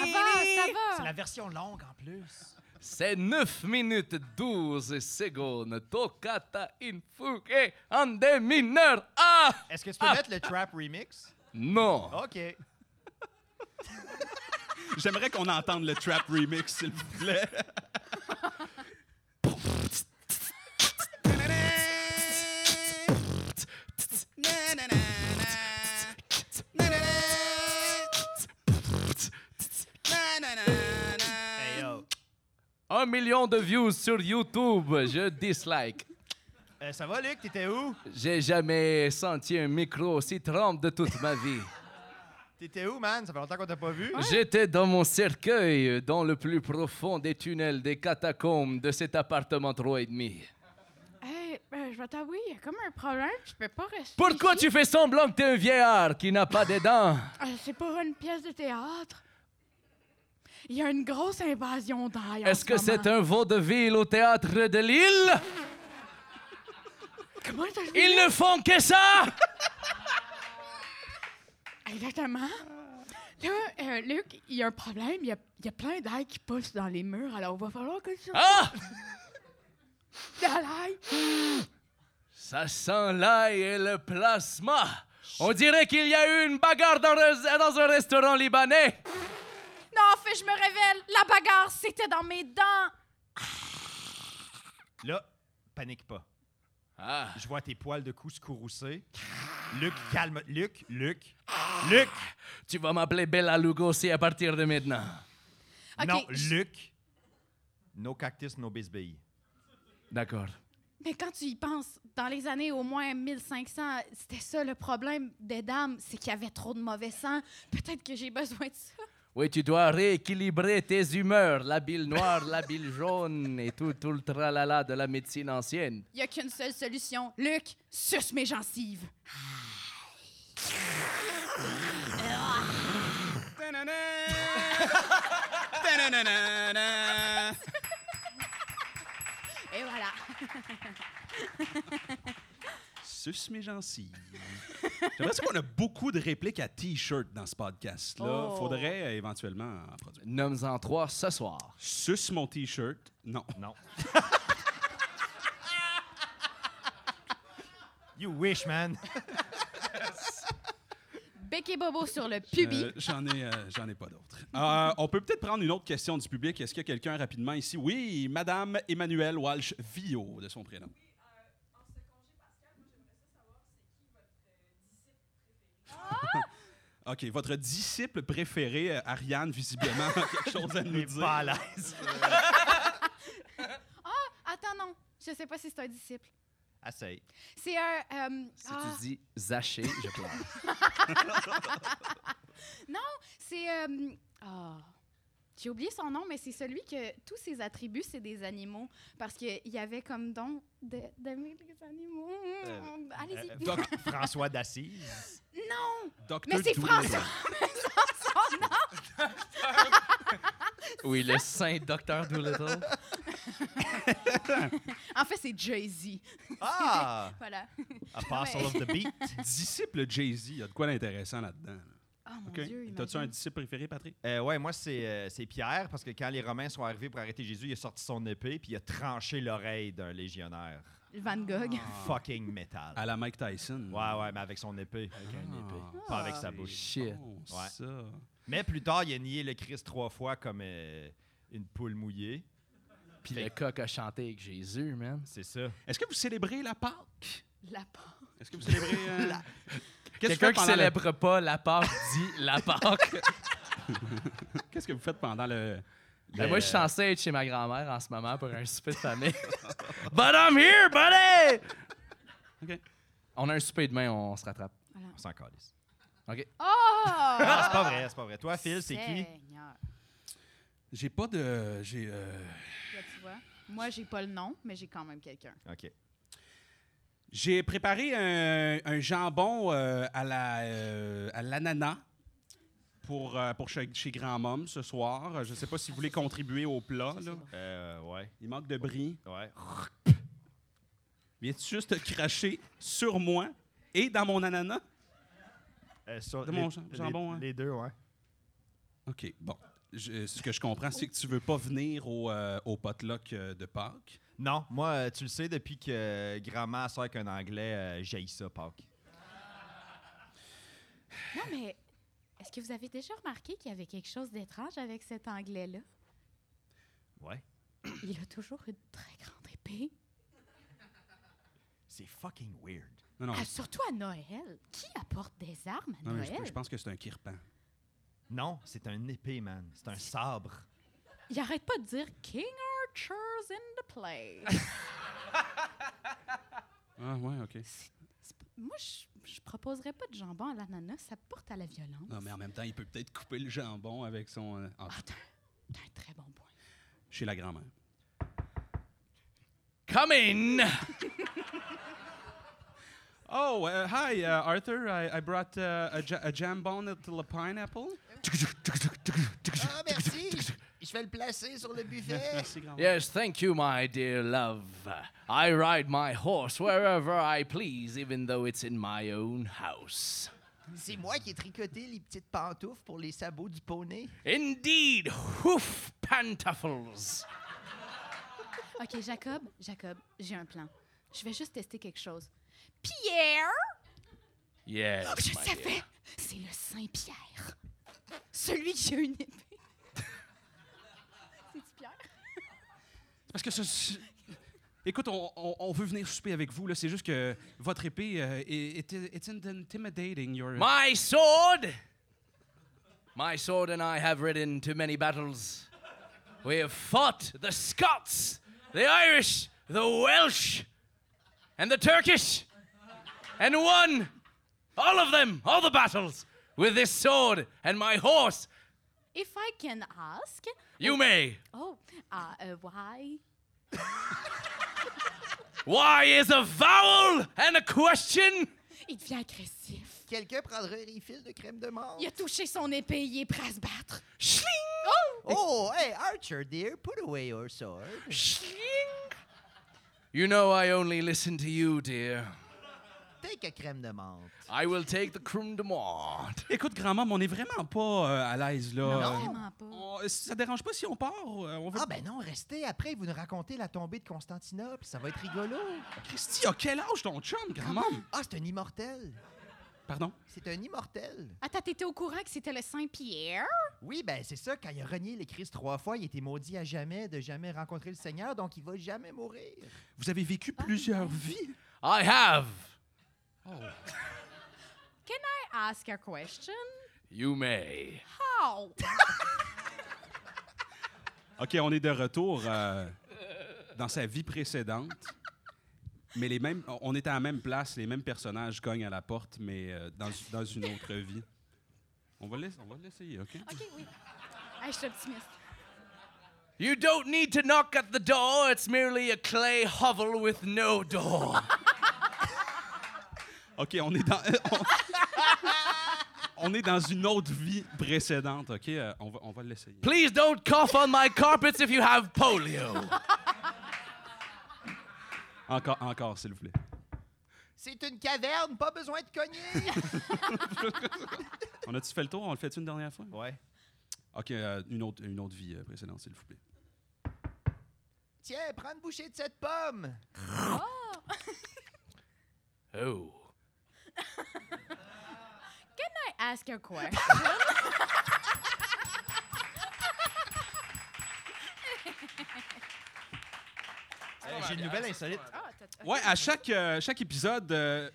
va, ça va.
C'est la version longue en plus.
C'est 9 minutes 12 secondes. Toccata in fugue en des mineurs. Ah!
Est-ce que tu peux mettre le trap remix?
Non!
OK.
J'aimerais qu'on entende le trap remix, s'il vous plaît.
Hey, yo.
Un million de views sur YouTube. Je dislike.
Euh, ça va, Luc? T'étais où?
J'ai jamais senti un micro aussi trempe de toute ma vie.
T'étais où, man? Ça fait longtemps qu'on t'a pas vu.
J'étais dans mon cercueil, dans le plus profond des tunnels des catacombes de cet appartement 3,5.
Hey, ben, je vais t'avouer, il y a comme un problème, je peux pas rester.
Pourquoi
ici.
tu fais semblant que t'es un vieillard qui n'a pas de dents?
Euh, C'est pour une pièce de théâtre. Il y a une grosse invasion d'air. en
Est-ce
ce
que c'est
moment.
un vaudeville au théâtre de Lille?
Comment t'as vu?
Ils ne font que ça!
Exactement. Là, euh, Luc, il y a un problème. Il y a, il y a plein d'air qui pousse dans les murs, alors il va falloir que tu
Ah!
dans l'ail.
Ça sent l'ail et le plasma. On dirait qu'il y a eu une bagarre dans, res- dans un restaurant libanais.
Non, fais mais je me révèle, la bagarre, c'était dans mes dents.
Là, panique pas.
Ah.
Je vois tes poils de cou se courroucer. Luc, calme. Luc, Luc, Luc!
Tu vas m'appeler Bella Lugosi à partir de maintenant.
Ok,
Non,
je-
Luc! No cactus, no bisbille.
D'accord.
Mais quand tu y penses, dans les années au moins 1500, c'était ça le problème des dames, c'est qu'il y avait trop de mauvais sang. Peut-être que j'ai besoin de ça.
Oui, tu dois rééquilibrer tes humeurs, la bile noire, la bile jaune et tout, tout le tralala de la médecine ancienne.
Il n'y a qu'une seule solution. Luc, suce mes gencives.
Ta-na-na! Ta-na-na-na-na!
Et voilà.
Suce mes gencives. J'aimerais ça qu'on a beaucoup de répliques à T-shirt dans ce podcast-là.
Oh.
Faudrait euh, éventuellement en produire.
Nomme-en trois ce soir.
Suce mon T-shirt. Non.
Non. you wish, man!
Bec et bobo sur le pubis.
Euh, j'en ai, euh, j'en ai pas d'autres. Euh, on peut peut-être prendre une autre question du public. Est-ce qu'il y a quelqu'un rapidement ici? Oui, Madame Emmanuelle Walsh Vio, de son prénom. OK, votre disciple préféré, euh, Ariane, visiblement, a quelque chose à nous
T'es pas à
dire.
l'aise.
Attends, non. Je sais pas si c'est un disciple.
Essaye.
C'est un... euh,
Si
ah,
tu dis Zaché, je pleure.
c'est... euh, ah. J'ai oublié son nom, mais c'est celui que tous ses attributs, c'est des animaux. Parce qu'il y avait comme don de- d'aimer les animaux.
Euh,
Allez-y.
Euh, Doc François d'Assise.
Docteur
Mais c'est
Doolittle.
François.
Oui, le saint docteur Doolittle.
En fait, c'est Jay-Z.
Ah!
Voilà.
Apostle
Ouais.
of the Beat.
Disciple Jay-Z, il y a de quoi d'intéressant là-dedans. là.
Oh mon
OK?
Dieu.
T'as-tu un
imagine.
disciple préféré, Patrick?
Euh, ouais, moi, c'est euh, c'est Pierre, parce que quand les Romains sont arrivés pour arrêter Jésus, il a sorti son épée puis il a tranché l'oreille d'un légionnaire.
Van Gogh.
Ah. Fucking metal.
À la Mike Tyson.
Ouais, ouais, mais avec son épée. Avec
une épée.
Pas avec sa bouche.
Shit.
Bon,
Ouais.
Oh, ça.
Mais plus tard, il a nié le Christ trois fois comme euh, une poule mouillée.
Puis le coq a chanté avec Jésus, man.
C'est ça.
Est-ce que vous célébrez la Pâque?
La part.
Est-ce que vous célébrez. euh, Qu'est-ce que
Quelqu'un qui
vous faites pendant le-
célèbre pas la Pâque dit la Pâque.
Qu'est-ce que vous faites pendant le.
Ben,
le-
moi, je suis censé être chez ma grand-mère en ce moment pour un souper de famille. But I'm here, buddy!
OK.
On a un souper demain, on se rattrape.
On s'en calisse.
OK.
Non,
Oh!
c'est
Ah!
pas vrai, c'est pas vrai. Toi, Phil, c'est qui?
Seigneur.
J'ai pas de. J'ai. euh,
Là, tu vois. Moi, j'ai pas le nom, mais j'ai quand même quelqu'un.
OK.
J'ai préparé un, un jambon euh, à la euh, à l'ananas pour, euh, pour chez, chez Grand Mom ce soir. Euh, Je sais pas si vous voulez contribuer au plat. là.
Euh, ouais,
Il manque de bris.
ouais.
Viens-tu juste cracher sur moi et dans mon ananas?
Euh, sur
De
les,
mon jam-
les-
jambon, hein.
les deux, ouais.
OK, bon. Je- ce que je comprends, c'est que tu veux pas venir au, euh, au potluck euh, de Pâques.
Non, moi, euh, tu le sais, depuis que euh, grand-mère sort avec un anglais, euh, j'haïs ça, Pâques.
Non, mais est-ce que vous avez déjà remarqué qu'il y avait quelque chose d'étrange avec cet anglais-là?
Ouais.
Il a toujours une très grande épée.
C'est fucking weird.
Non, non,
Ah, surtout à Noël. Qui apporte des armes à
non, mais
Noël?
je, je pense que c'est un kirpan.
Non, c'est un épée, man. C'est un sabre.
Il arrête pas de dire King Archers in the place.
Ah, ouais, OK.
C'est pas- Moi, je, je proposerais pas de jambon à l'ananas. Ça porte à la violence.
Non, mais en même temps, il peut peut-être couper le jambon avec son. euh, en-
Ah, t'as t'as un très bon point.
chez la grand-mère.
Come in!
Oh, uh, hi, uh, Arthur. I, I brought uh, a, ja- a jambon at the pineapple.
Ah, merci. Je, je vais le placer sur le buffet.
Merci, grand-mère.
Yes, thank you, my dear love. I ride my horse wherever I please, even though it's in my own house.
C'est moi qui ai tricoté les petites pantoufles pour les sabots du poney.
Indeed, hoof pantoffles.
OK, Jacob, Jacob, j'ai un plan. Je vais juste tester quelque chose. Pierre!
Yes,
Oh, Je le
my dear.
savais! C'est le Saint-Pierre. Celui qui a une épée.
Parce que ce- ce- Écoute, on, on- on veut venir souper avec vous. là. C'est juste que votre épée euh, est it, it's intimidating. Your...
My sword! My sword and I have ridden too many battles. We have fought the Scots, the Irish, the Welsh, and the Turkish, and won all of them, all the battles, with this sword and my horse.
If I can ask,
You may.
oh, uh, uh, why?
Why is a vowel and a question?
Il devient agressif.
Quelqu'un prendrait un refill de crème de mort?
Il a touché son épée, il est prêt à se battre.
Schling!
Oh, hey, Archer, dear, put away your sword.
Schling! You know I only listen to you, dear.
Take a crème de menthe.
I will take the crème de menthe.
Écoute, grand-mère, on est vraiment pas euh, à l'aise. là.
Non,
Euh,
vraiment pas.
on- ça dérange pas si on part? euh, On veut...
Ah ben non, restez après, vous nous racontez la tombée de Constantinople, ça va être rigolo.
Christy, à quel âge ton chum, grand-mère?
Ah, c'est un immortel.
Pardon?
C'est un immortel.
Attends, t'étais au courant que c'était le Saint-Pierre?
Oui, ben c'est ça, quand il a renié les Christ trois fois, il était maudit à jamais de jamais rencontrer le Seigneur, donc il va jamais mourir.
Vous avez vécu plusieurs vies?
I have.
I ask a question?
You may.
How?
OK, on est de retour euh, dans sa vie précédente. Mais les mêmes, on est à la même place, les mêmes personnages cognent à la porte, mais euh, dans, dans une autre vie. On va l'ess- on va l'essayer, OK?
OK, oui. Hey, je suis optimiste.
You don't need to knock at the door. It's merely a clay hovel with no door.
OK, on est dans. on, on est dans une autre vie précédente, OK? Euh, on va, on va l'essayer.
Please don't cough on my carpets if you have polio.
Encore, encore, s'il vous plaît.
C'est une caverne, pas besoin de cogner.
On a-tu fait le tour? On le fait une dernière fois?
Ouais.
OK, euh, une, autre, une autre vie euh, précédente, s'il vous plaît.
Tiens, prends une bouchée de cette pomme.
Oh.
I ask a question?
Euh, J'ai une nouvelle insolite.
Ah, t'as- t'as-
Ouais, à chaque, euh, chaque épisode, euh,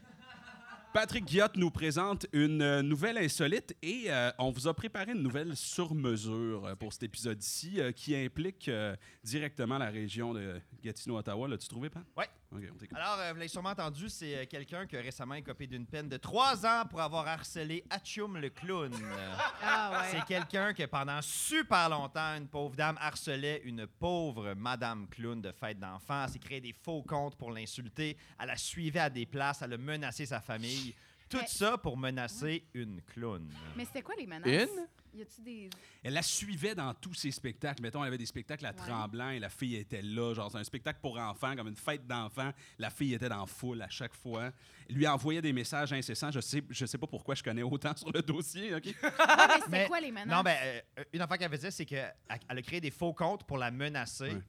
Patrick Guillotte nous présente une euh, nouvelle insolite et euh, on vous a préparé une nouvelle sur mesure euh, pour cet épisode-ci euh, qui implique euh, directement la région de Gatineau-Ottawa. L'as-tu trouvé, Pat?
Ouais.
OK, on t'écoute.
Alors, euh, vous l'avez sûrement entendu, c'est euh, quelqu'un qui a récemment écopé d'une peine de trois ans pour avoir harcelé Atchoum le clown. Euh,
Ah, ouais.
C'est quelqu'un que pendant super longtemps, une pauvre dame harcelait une pauvre madame clown de fête d'enfants. Elle s'est créé des faux comptes pour l'insulter. Elle la suivait à des places. Elle a menacé sa famille. Tout
Mais-
ça pour menacer une clown.
Mais c'était quoi les menaces?
Une?
Y a-tu des.
Elle la suivait dans tous ses spectacles. Mettons, elle avait des spectacles à
Ouais.
Tremblant et la fille était là. Genre, c'est un spectacle pour enfants, comme une fête d'enfants. La fille était dans la foule à chaque fois. Elle lui envoyait des messages incessants. Je sais, je sais pas pourquoi je connais autant sur le dossier. OK?
Ah, mais c'était
Mais-
quoi les menaces?
Non, ben, euh, une affaire qu'elle faisait, c'est qu'elle a créé des faux comptes pour la menacer.
Ouais.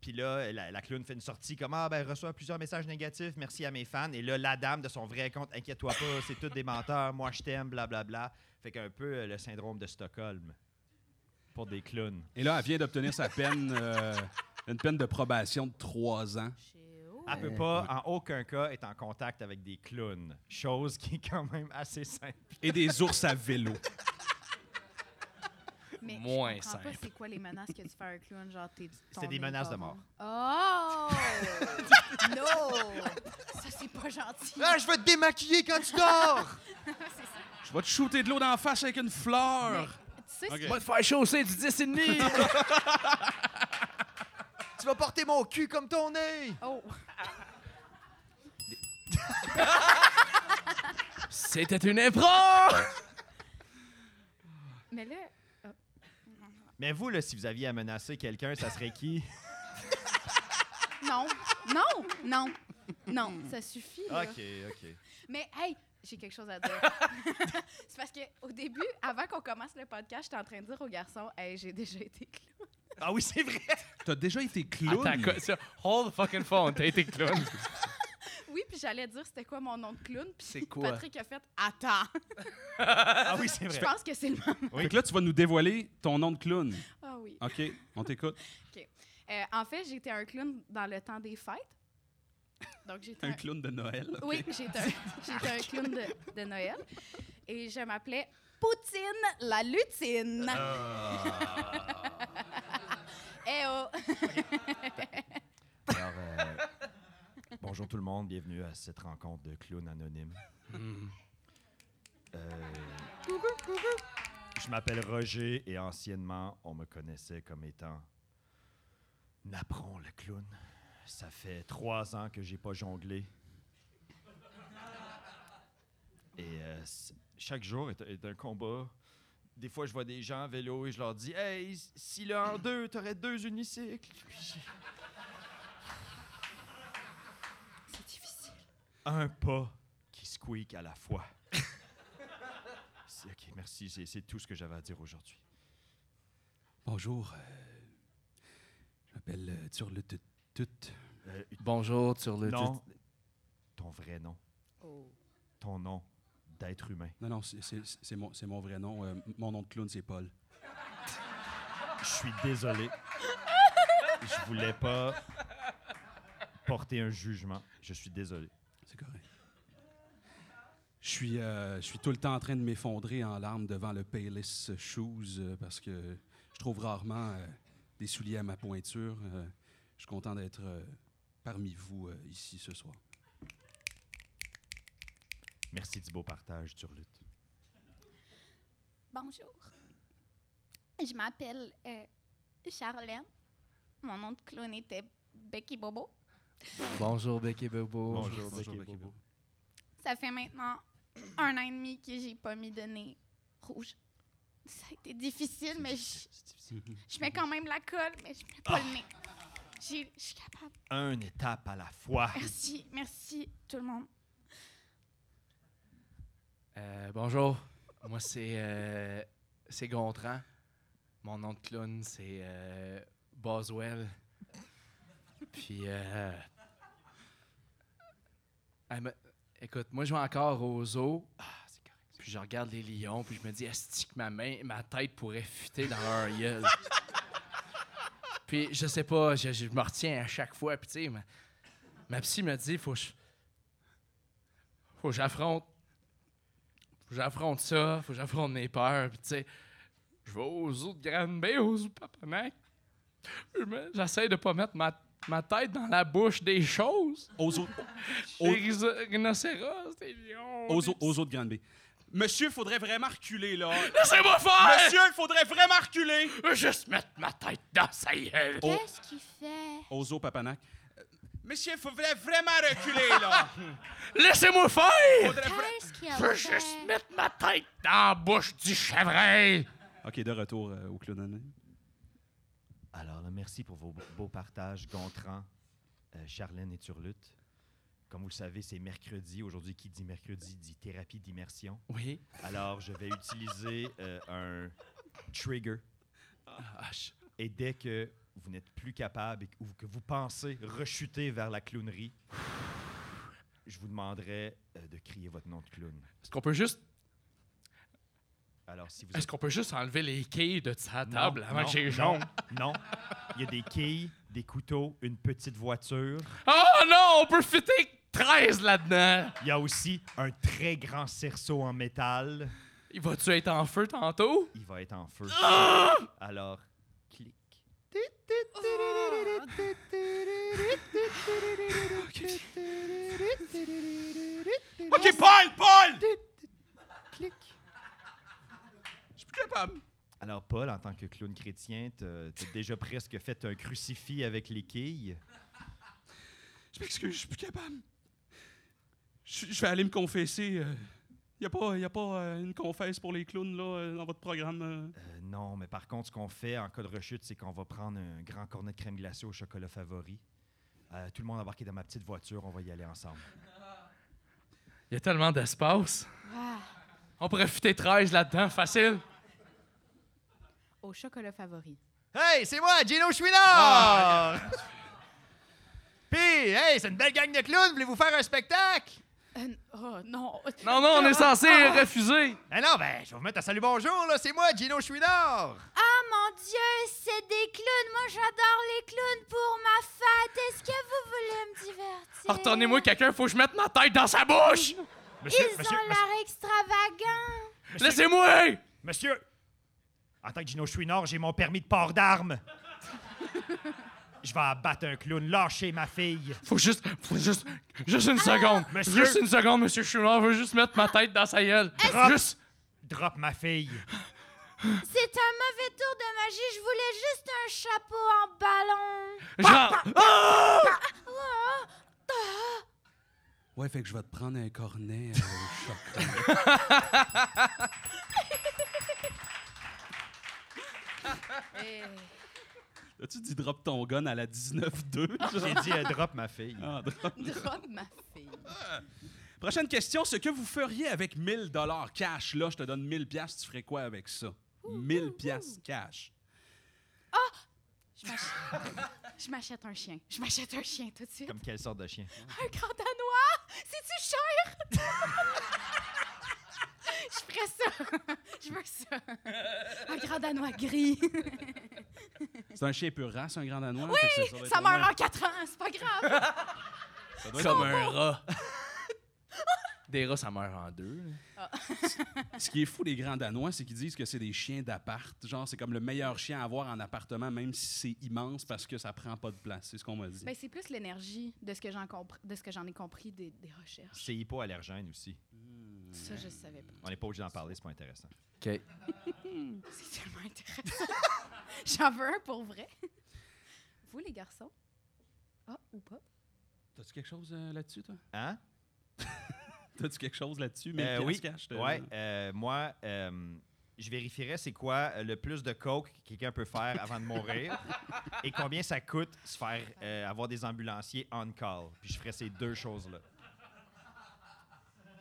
Puis là, la, la clown fait une sortie comme Ah, ben, elle reçoit plusieurs messages négatifs, merci à mes fans. Et là, la dame de son vrai compte, inquiète-toi pas, c'est tous des menteurs, moi je t'aime, blablabla. Fait qu'un peu euh, le syndrome de Stockholm pour des clowns.
Et là, elle vient d'obtenir sa peine, euh, une peine de probation de trois ans.
Chez où?
Elle peut pas, en aucun cas, être en contact avec des clowns. Chose qui est quand même assez simple.
Et des ours à vélo.
Mais
Moins
je comprends pas
simple.
c'est quoi les menaces que tu fais à un clown, genre t'es
C'était des
ton
menaces de
nez
mort.
pas rond. Oh! non! Ça, c'est pas gentil.
Ah, je vais te démaquiller quand tu dors.
C'est ça.
Je vais te shooter de l'eau dans la face avec une fleur.
Tu sais,
Ok.
c'est-
Va te faire chausser du 10 et demi.
tu vas porter mon cul comme ton nez.
Oh!
C'était une épreuve.
Mais là,
Mais vous, là, si vous aviez à menacer quelqu'un, ça serait qui?
non! Non! Non! Non, ça suffit. là.
OK, OK.
Mais hey, j'ai quelque chose à dire. c'est parce que au début, avant qu'on commence le podcast, j'étais en train de dire aux garçons, hey, j'ai déjà été clown.
Ah oui, c'est vrai!
T'as déjà été clown.
Attends, quoi, ça? hold the fucking phone. T'as été clown.
Oui, puis j'allais dire c'était quoi mon nom de clown, puis
C'est quoi?
Patrick a fait attends.
Ah oui, c'est
Je
vrai.
pense que c'est le moment.
Fait que là, tu vas nous dévoiler ton nom de clown.
Ah oui.
OK, on t'écoute.
Euh, en fait, j'étais un clown dans le temps des fêtes. Donc, j'étais
Un
un-
clown de Noël.
Oui, j'étais un, j'étais un clown de, de Noël. Et je m'appelais Poutine la lutine.
Ah.
Eh oh!
Alors, euh,
Bonjour tout le monde, bienvenue à cette
rencontre de clown anonyme. Je m'appelle Roger et anciennement, on me connaissait comme étant Napron le clown. Ça fait trois ans que j'ai pas jonglé. Et euh, c- chaque jour est, est un combat. Des fois, je vois des gens à vélo et je leur dis Hey, s- si le en deux, t'aurais deux unicycles. Puis j'ai
C'est difficile.
un pas qui squeak à la fois. C'est- ok, merci, c'est c'est tout ce que j'avais à dire aujourd'hui.
Bonjour. euh, je m'appelle euh, le Tut.
Euh,
Bonjour, sur le
non, ton vrai nom,
Oh.
ton nom d'être humain.
Non, non, c'est- c'est c'est mon, c'est mon vrai nom. Euh, m- mon nom de clown, c'est Paul.
Je suis désolé. Je voulais pas porter un jugement. Je suis désolé.
C'est correct. Je suis, euh, je suis tout le temps en train de m'effondrer en larmes devant le Payless Shoes euh, parce que je trouve rarement euh, des souliers à ma pointure. Euh, je suis content d'être euh, parmi vous euh, ici ce soir.
Merci du beau partage, Turlutte.
Bonjour. Je m'appelle euh, Charlène. Mon nom de clown était Becky Bobo.
Bonjour, Becky Bobo.
Bonjour, Becky
Becky
Bobo.
Ça fait maintenant un an et demi que j'ai pas mis de nez rouge. Ça a été difficile, mais je, je mets quand même la colle, mais je mets pas le nez. J'ai- Je suis capable.
Une étape à la fois.
Merci, merci tout le monde.
Euh, bonjour, moi c'est euh, c'est Gontran. Mon nom de clown c'est euh, Boswell. Puis euh, ah, mais- écoute, moi je vais encore aux zoo. Ah, Puis je regarde les lions, puis je me dis est-ce que ma main, ma tête pourrait fuiter dans leur gueule. puis je sais pas, je, je me retiens à chaque fois. Puis tu sais, ma, ma psy me dit faut que je- faut que j'affronte faut que j'affronte ça, faut que j'affronte mes peurs, puis tu sais, je vais aux zoo de Granby, aux zoo de Papanac. Je me- J'essaie de pas mettre ma, ma tête dans la bouche des choses.
Aux, au-
Des
Aux-
rhino- rhinocéros, des lions.
aux,
des-
au- aux autres grandes baies. Monsieur, il faudrait vraiment reculer, là.
Laissez-moi faire!
Monsieur, il faudrait vraiment reculer!
Je veux juste mettre ma tête dans sa gueule.
Oh.
Qu'est-ce qu'il fait?
Ozo Papanac. Euh, Monsieur, il faudrait vraiment reculer, là.
Laissez-moi faire!
Faudrait vra-
Qu'est-ce qu'il
Je veux juste mettre ma tête dans la bouche du chevreuil.
OK, de retour euh, au clown anonyme.
Alors, là, merci pour vos beaux- beaux partages, Gontran, euh, Charlène et Turlutte. Comme vous le savez, c'est mercredi. Aujourd'hui, qui dit mercredi dit thérapie d'immersion.
Oui.
Alors, je vais utiliser euh, un trigger.
Ah, je-
Et dès que vous n'êtes plus capable et que- ou que vous pensez rechuter vers la clownerie, je vous demanderai euh, de crier votre nom de clown.
Est-ce qu'on peut juste,
Alors, si vous
est-ce qu'on peut juste enlever les quilles de sa
Non,
table avant
non,
que j'ai
non,
jaune?
Non, il y a des quilles, des couteaux, une petite voiture.
Oh non, on peut fitter 13 là-dedans.
Il y a aussi un très grand cerceau en métal.
Il va-tu être en feu tantôt?
Il va être en feu.
Ah!
Alors, clic.
OK, Paul, Paul!
Alors, Paul, en tant que clown chrétien, t'as t'as déjà presque fait un crucifix avec les quilles.
Je m'excuse, je suis plus capable. Je, je vais aller me confesser. Il n'y a pas, y a pas euh, une confesse pour les clowns là, euh, dans votre programme. euh.
Euh, non, mais par contre, ce qu'on fait en cas de rechute, c'est qu'on va prendre un grand cornet de crème glacée au chocolat favori. Euh, tout le monde embarqué dans ma petite voiture, on va y aller ensemble.
Il y a tellement d'espace.
Ah.
On pourrait fitter 13 là-dedans, facile.
Au chocolat favori.
Hey, c'est moi, Gino
Ah,
Chouinard! Puis, hey, c'est une belle gang de clowns, voulez-vous faire un spectacle?
Euh, oh non!
Non, non, on est censé refuser.
ben,
Ah non, ben, je vais vous mettre à salut bonjour, là, c'est moi, Gino Chouinard!
Ah, mon Dieu, c'est des clowns. Moi, j'adore les clowns pour ma fête. Est-ce que vous voulez me divertir?
Ah, Retournez-moi quelqu'un, faut que je mette ma tête dans sa bouche!
Ils
Monsieur,
ont
monsieur, monsieur,
l'air extravagants. Ah,
Laissez-moi!
monsieur! En tant que Gino Chouinard, j'ai mon permis de port d'armes. Je vais abattre un clown, lâcher ma fille.
Faut juste, faut juste, juste
Ah.
une seconde.
monsieur.
Juste une seconde, monsieur Chouinard veut juste mettre ma tête dans sa gueule. Juste.
Drop ma fille.
C'est un mauvais tour de magie. Je voulais juste un chapeau en ballon.
Genre. Ah!
Ouais, fait que je vais te prendre un cornet euh, au chocolat.
Et-
As-tu dit drop ton gun à la 19-2?
J'ai dit euh, drop ma fille.
Ah, drop.
Drop ma fille.
Prochaine question, ce que vous feriez avec 1000 dollars cash, là, je te donne 1000 pièces, tu ferais quoi avec ça? 1000 pièces cash.
Je m'ach- Je m'achète un chien. Je m'achète un chien tout de suite.
Comme quelle sorte de chien?
Un grand danois! C'est-tu cher? Je ferais ça. Je veux ça. Un grand danois gris.
C'est un chien pur race, un grand danois? Oui,
Ça meurt en quatre ans. C'est pas grave.
Comme un rat. Des rats, ça meurt en deux. là.
Ce qui est fou des grands danois, c'est qu'ils disent que c'est des chiens d'appart. Genre, c'est comme le meilleur chien à avoir en appartement, même si c'est immense parce que ça prend pas de place. C'est ce qu'on m'a dit.
Ben, c'est plus l'énergie de ce que j'en compr- de ce que j'en ai compris des, des recherches.
C'est hypoallergène aussi.
Ça, je savais pas.
On n'est pas obligé d'en parler, c'est pas intéressant.
OK.
C'est tellement intéressant. j'en veux un pour vrai. Vous, les garçons? Ah, ou pas?
T'as-tu quelque chose euh, là-dessus, toi?
Hein?
T'as-tu quelque chose là-dessus? 1000
Euh,
piastres
oui.
cash? t'as-
Ouais, euh, moi, euh, je vérifierais c'est quoi euh, le plus de coke que quelqu'un peut faire avant de mourir et combien ça coûte se faire euh, avoir des ambulanciers on call. Puis je ferais ces deux choses-là.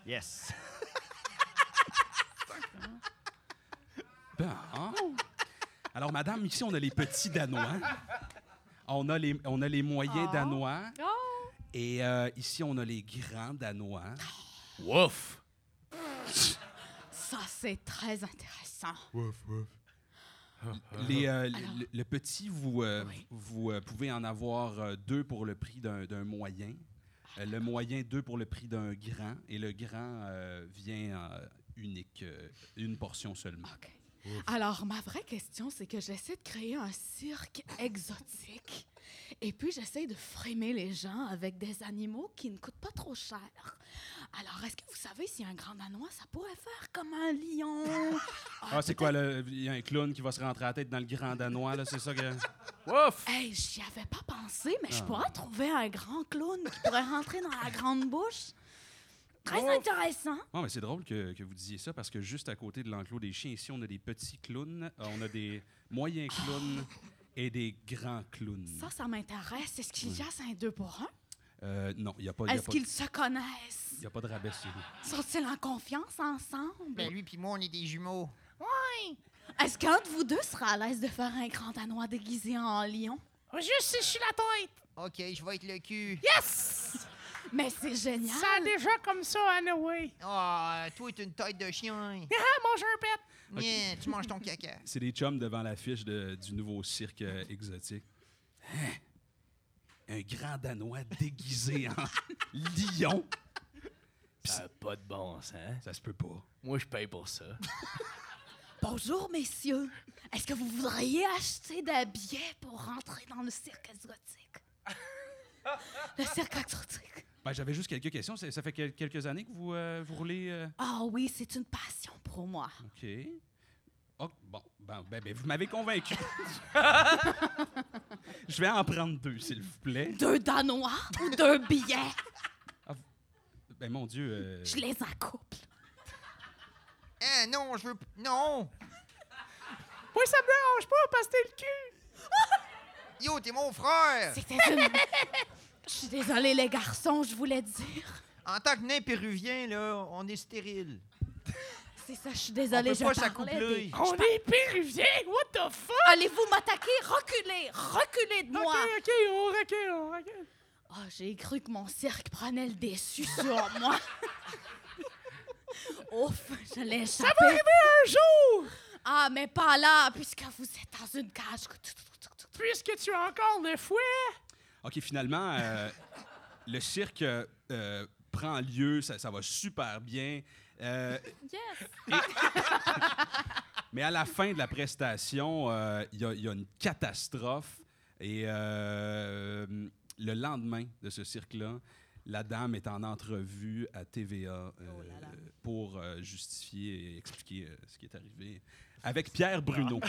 Yes.
Ben, ah. Alors, madame, ici, on a les petits Danois. On a les, on a les moyens
Ah.
Danois.
Oh!
Et euh, ici, on a les grands Danois.
Wouf!
Ça, c'est très intéressant.
Les, euh, le- le, le petit, vous, euh, vous euh, pouvez en avoir euh, deux pour le prix d'un d'un moyen. Euh,
Ah.
le moyen, deux pour le prix d'un grand. Et le grand euh, vient euh, unique, euh, une portion seulement.
OK. Alors, ma vraie question, c'est que j'essaie de créer un cirque exotique. Et puis, j'essaie de frimer les gens avec des animaux qui ne coûtent pas trop cher. Alors, est-ce que vous savez si un grand danois, ça pourrait faire comme un lion? Ah,
Ah, c'est quoi, le- il y a un clown qui va se rentrer la tête dans le grand Danois, là, c'est ça que...
Wouf!
Hey, j'y avais pas pensé, mais
Ah.
je pourrais trouver un grand clown qui pourrait rentrer dans la grande bouche.
Oh.
Très intéressant.
Ah, mais c'est drôle que, que vous disiez ça parce que juste à côté de l'enclos des chiens, ici, on a des petits clowns, euh, on a des moyens clowns et des grands clowns.
Ah. Ça, ça m'intéresse. Est-ce qu'il y a un deux pour un?
Euh, non, il n'y a, pas- y a,
Est-ce
pas-
qu'ils se connaissent?
y a pas de rabais sur
Sont-ils en confiance ensemble?
Ben lui puis moi, on est des jumeaux.
Est-ce qu'un de vous deux sera à l'aise de faire un grand danois déguisé en lion?
Juste si Oh, je suis la tête.
OK, je vais être le cul.
Yes!
Mais c'est génial!
Ça a déjà comme ça, anyway.
Ah, toi, t'es une tête de chien.
Ah, mange un pet.
Nien, tu manges ton caca.
C'est des chums devant l'affiche de- du nouveau cirque euh, exotique. Hein? Un grand Danois déguisé en lion?
Ça a pas de bon sens.
Ça se peut pas.
Moi, je paye pour ça.
Bonjour, messieurs! Est-ce que vous voudriez acheter des billets pour rentrer dans le cirque exotique? le cirque exotique.
Ben, J'avais juste quelques questions. Ça, ça fait quel- quelques années que vous, euh, vous roulez... euh,
Ah oui, c'est une passion pour moi.
OK. Oh, bon, ben, ben, ben, vous m'avez convaincu. Je vais en prendre deux, s'il vous plaît.
Deux danois ou deux billets?
Ben, mon Dieu. euh,
Je les accouple.
Eh,
Ah non, je veux... p- Non!
Moi, ça me dérange pas parce que t'es le cul.
Yo, t'es mon frère!
C'était une... Je suis désolée, les garçons, je voulais dire.
En tant que nain péruvien, là, on est stérile.
C'est ça, je suis désolée,
on
je
peut pas
parlais des-
s'accoupler.
On est péruvien. What the fuck?
Allez-vous m'attaquer? Reculez! Reculez de moi!
Ah,
Ok, ok, on recule, on recule.
Oh, j'ai cru que mon cirque prenait le déçu sur moi. Ouf, je l'ai échappé.
Un jour!
Ah, mais pas là, puisque vous êtes dans une cage.
Puisque tu as encore le fouet,
OK, finalement, euh, le cirque euh, euh, prend lieu, ça, ça va super bien. Euh,
Yes!
mais à la fin de la prestation, euh, il y a- il y, a une catastrophe. Et euh, le lendemain de ce cirque-là, la dame est en entrevue à TVA euh, pour euh, justifier et expliquer euh, ce qui est arrivé avec Pierre Bruno.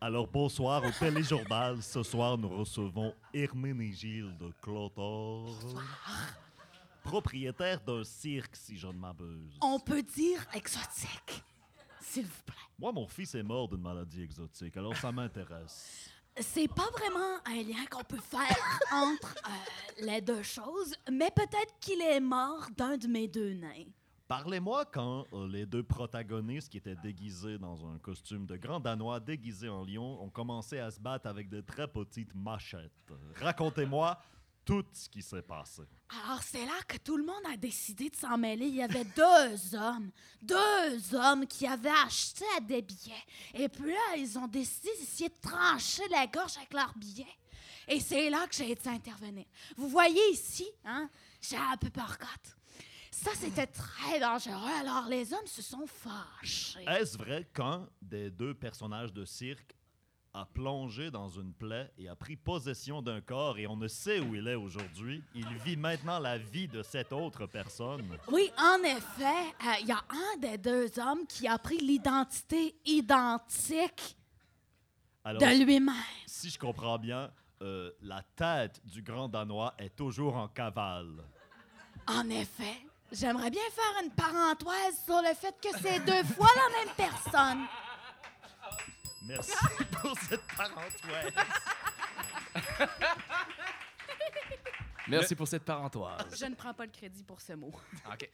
Alors bonsoir au téléjournal. Ce soir, nous recevons Herménégilde Clotor, propriétaire d'un cirque, si je ne m'abuse.
On peut dire exotique, s'il vous plaît.
Moi, mon fils est mort d'une maladie exotique, alors ça m'intéresse.
C'est pas vraiment un lien qu'on peut faire entre euh, les deux choses, mais peut-être qu'il est mort d'un de mes deux nains.
Parlez-moi quand euh, les deux protagonistes qui étaient déguisés dans un costume de grand danois déguisé en lion ont commencé à se battre avec de très petites machettes. Racontez-moi tout ce qui s'est passé.
Alors, c'est là que tout le monde a décidé de s'en mêler. Il y avait deux hommes, deux hommes qui avaient acheté à des billets. Et puis là, ils ont décidé d'essayer de trancher la gorge avec leurs billets. Et c'est là que j'ai été intervenir. Vous voyez ici, hein, j'ai un peu peur quatre. Ça, c'était très dangereux. Alors, les hommes se sont fâchés.
Est-ce vrai qu'un des deux personnages de cirque a plongé dans une plaie et a pris possession d'un corps et on ne sait où il est aujourd'hui? Il vit maintenant la vie de cette autre personne.
Oui, en effet, euh, il y a un des deux hommes qui a pris l'identité identique
Alors,
de lui-même.
si je comprends bien, euh, la tête du grand Danois est toujours en cavale.
En effet, j'aimerais bien faire une parenthèse sur le fait que c'est deux fois la même personne.
Merci pour cette parenthèse.
Merci pour cette parentoise.
Je ne prends pas le crédit pour ce mot.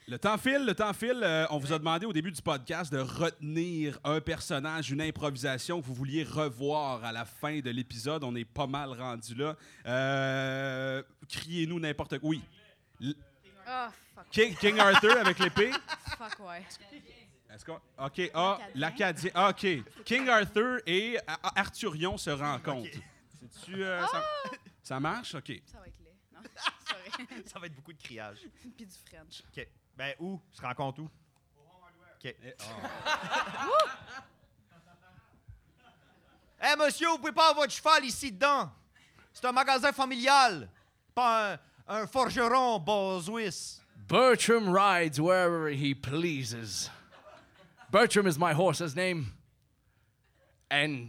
Le temps file, le temps file. Euh, on vous a demandé au début du podcast de retenir un personnage, une improvisation que vous vouliez revoir à la fin de l'épisode. On est pas mal rendu là. Euh, Criez-nous n'importe quoi. Oui. L-
Ah, fuck,
King, King Arthur avec l'épée.
fuck, ouais.
Est-ce qu'on- OK. Ah, l'Acadien. Ah, OK. King Arthur et A- A- Arthurion se rencontrent. C'est-tu, euh, ça, ça marche? OK.
Ça va être laid. Non, sorry.
Ça va être beaucoup de criage.
Puis du French.
OK. Ben, où? Tu te rencontres où?
Eh, oh.
Hé, monsieur, vous pouvez pas avoir de cheval ici dedans. C'est un magasin familial. Pas un, un forgeron bosuisse.
Bertram rides wherever he pleases. Bertram is my horse's name. And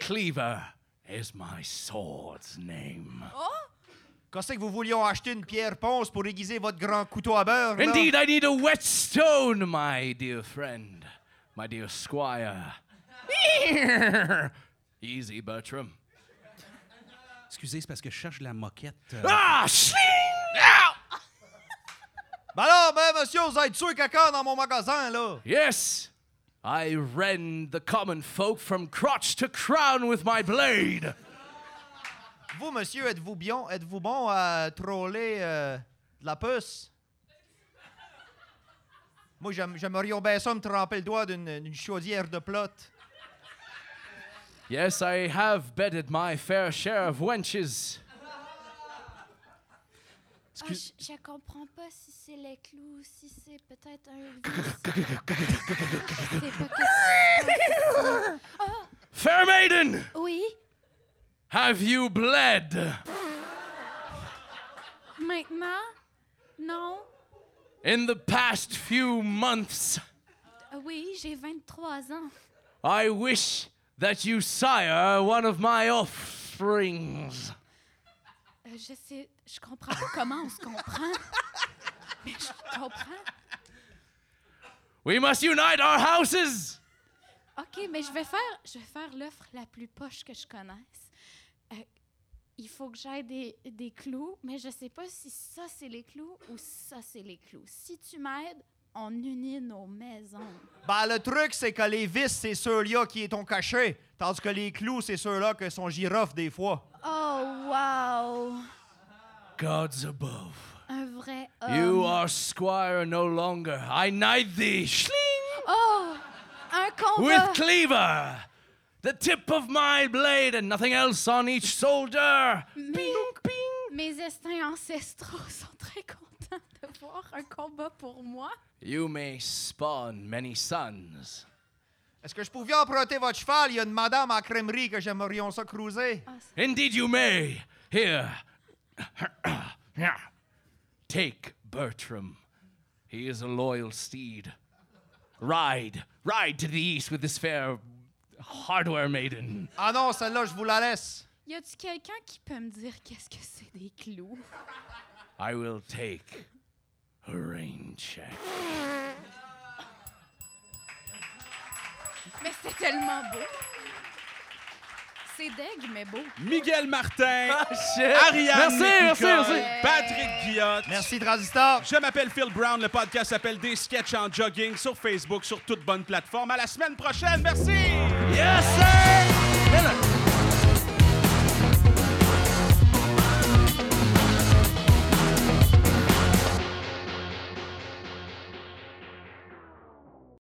Cleaver is my sword's name.
Oh!
Qu'est-ce que vous voulions acheter une pierre ponce pour aiguiser votre grand couteau à beurre? là?
Indeed, I need a whetstone, my dear friend, my dear squire. Easy, Bertram.
Excusez, c'est parce que je cherche la moquette. euh,
Ah, shling! Ow!
Ben alors, ben, monsieur, vous êtes sûr caca dans mon magasin, là?
Yes, I rend the common folk from crotch to crown with my blade.
Vous, monsieur, êtes-vous bien? Êtes-vous bon à troller euh, de la puce? Moi, j'aime- j'aimerais bien ça me tremper le doigt d'une d'une chaudière de plotte.
Yes, I have bedded my fair share of wenches.
Ah, je, je comprends pas si c'est les clous, si c'est peut-être un vice. Je sais pas qu'est-ce qui se
Fair maiden,
passe. Oui,
have you bled?
maintenant? Non?
In the past few months,
Euh, Oui, j'ai 23 ans.
I wish that you sire one of my offsprings.
Euh, je sais, je comprends pas comment on se comprend. Mais je comprends.
We must unite our houses.
OK, mais je vais faire, je vais faire l'offre la plus poche que je connaisse. Euh, il faut que j'aille des, des clous, mais je sais pas si ça, c'est les clous ou ça, c'est les clous. Si tu m'aides, on unit nos maisons.
Ben, le truc, c'est que les vis, c'est ceux-là qui est ton cachet, tandis que les clous, c'est ceux-là que son girofle, des fois.
Oh, wow!
Gods above,
Un vrai
You
homme.
are squire no longer. I knight thee. Schling!
Oh! Un combat!
With cleaver! The tip of my blade and nothing else on each shoulder!
Mes, mes estins ancestraux sont très contents de voir un combat pour moi.
You may spawn many sons.
Est-ce que je pouvais emprunter votre cheval? Il y a une madame à crèmerie que j'aimerions ça cruiser.
Indeed, you may. Here. Take Bertram. He is a loyal steed. Ride, ride to the east with this fair hardware maiden.
Ah non, celle-là, je vous la laisse.
Y a-tu quelqu'un qui peut me dire qu'est-ce que c'est des clous?
I will take a rain check.
Mais c'était tellement beau. C'est deg, mais beau.
Miguel Martin, Ariane
Ah, Merci, merci,
Nicolas,
merci.
Patrick Guillotte.
Merci, Transistor.
Je m'appelle Phil Brown. Le podcast s'appelle Des Sketchs en Jogging sur Facebook, sur toute bonne plateforme. À la semaine prochaine. Merci.
Yes, sir!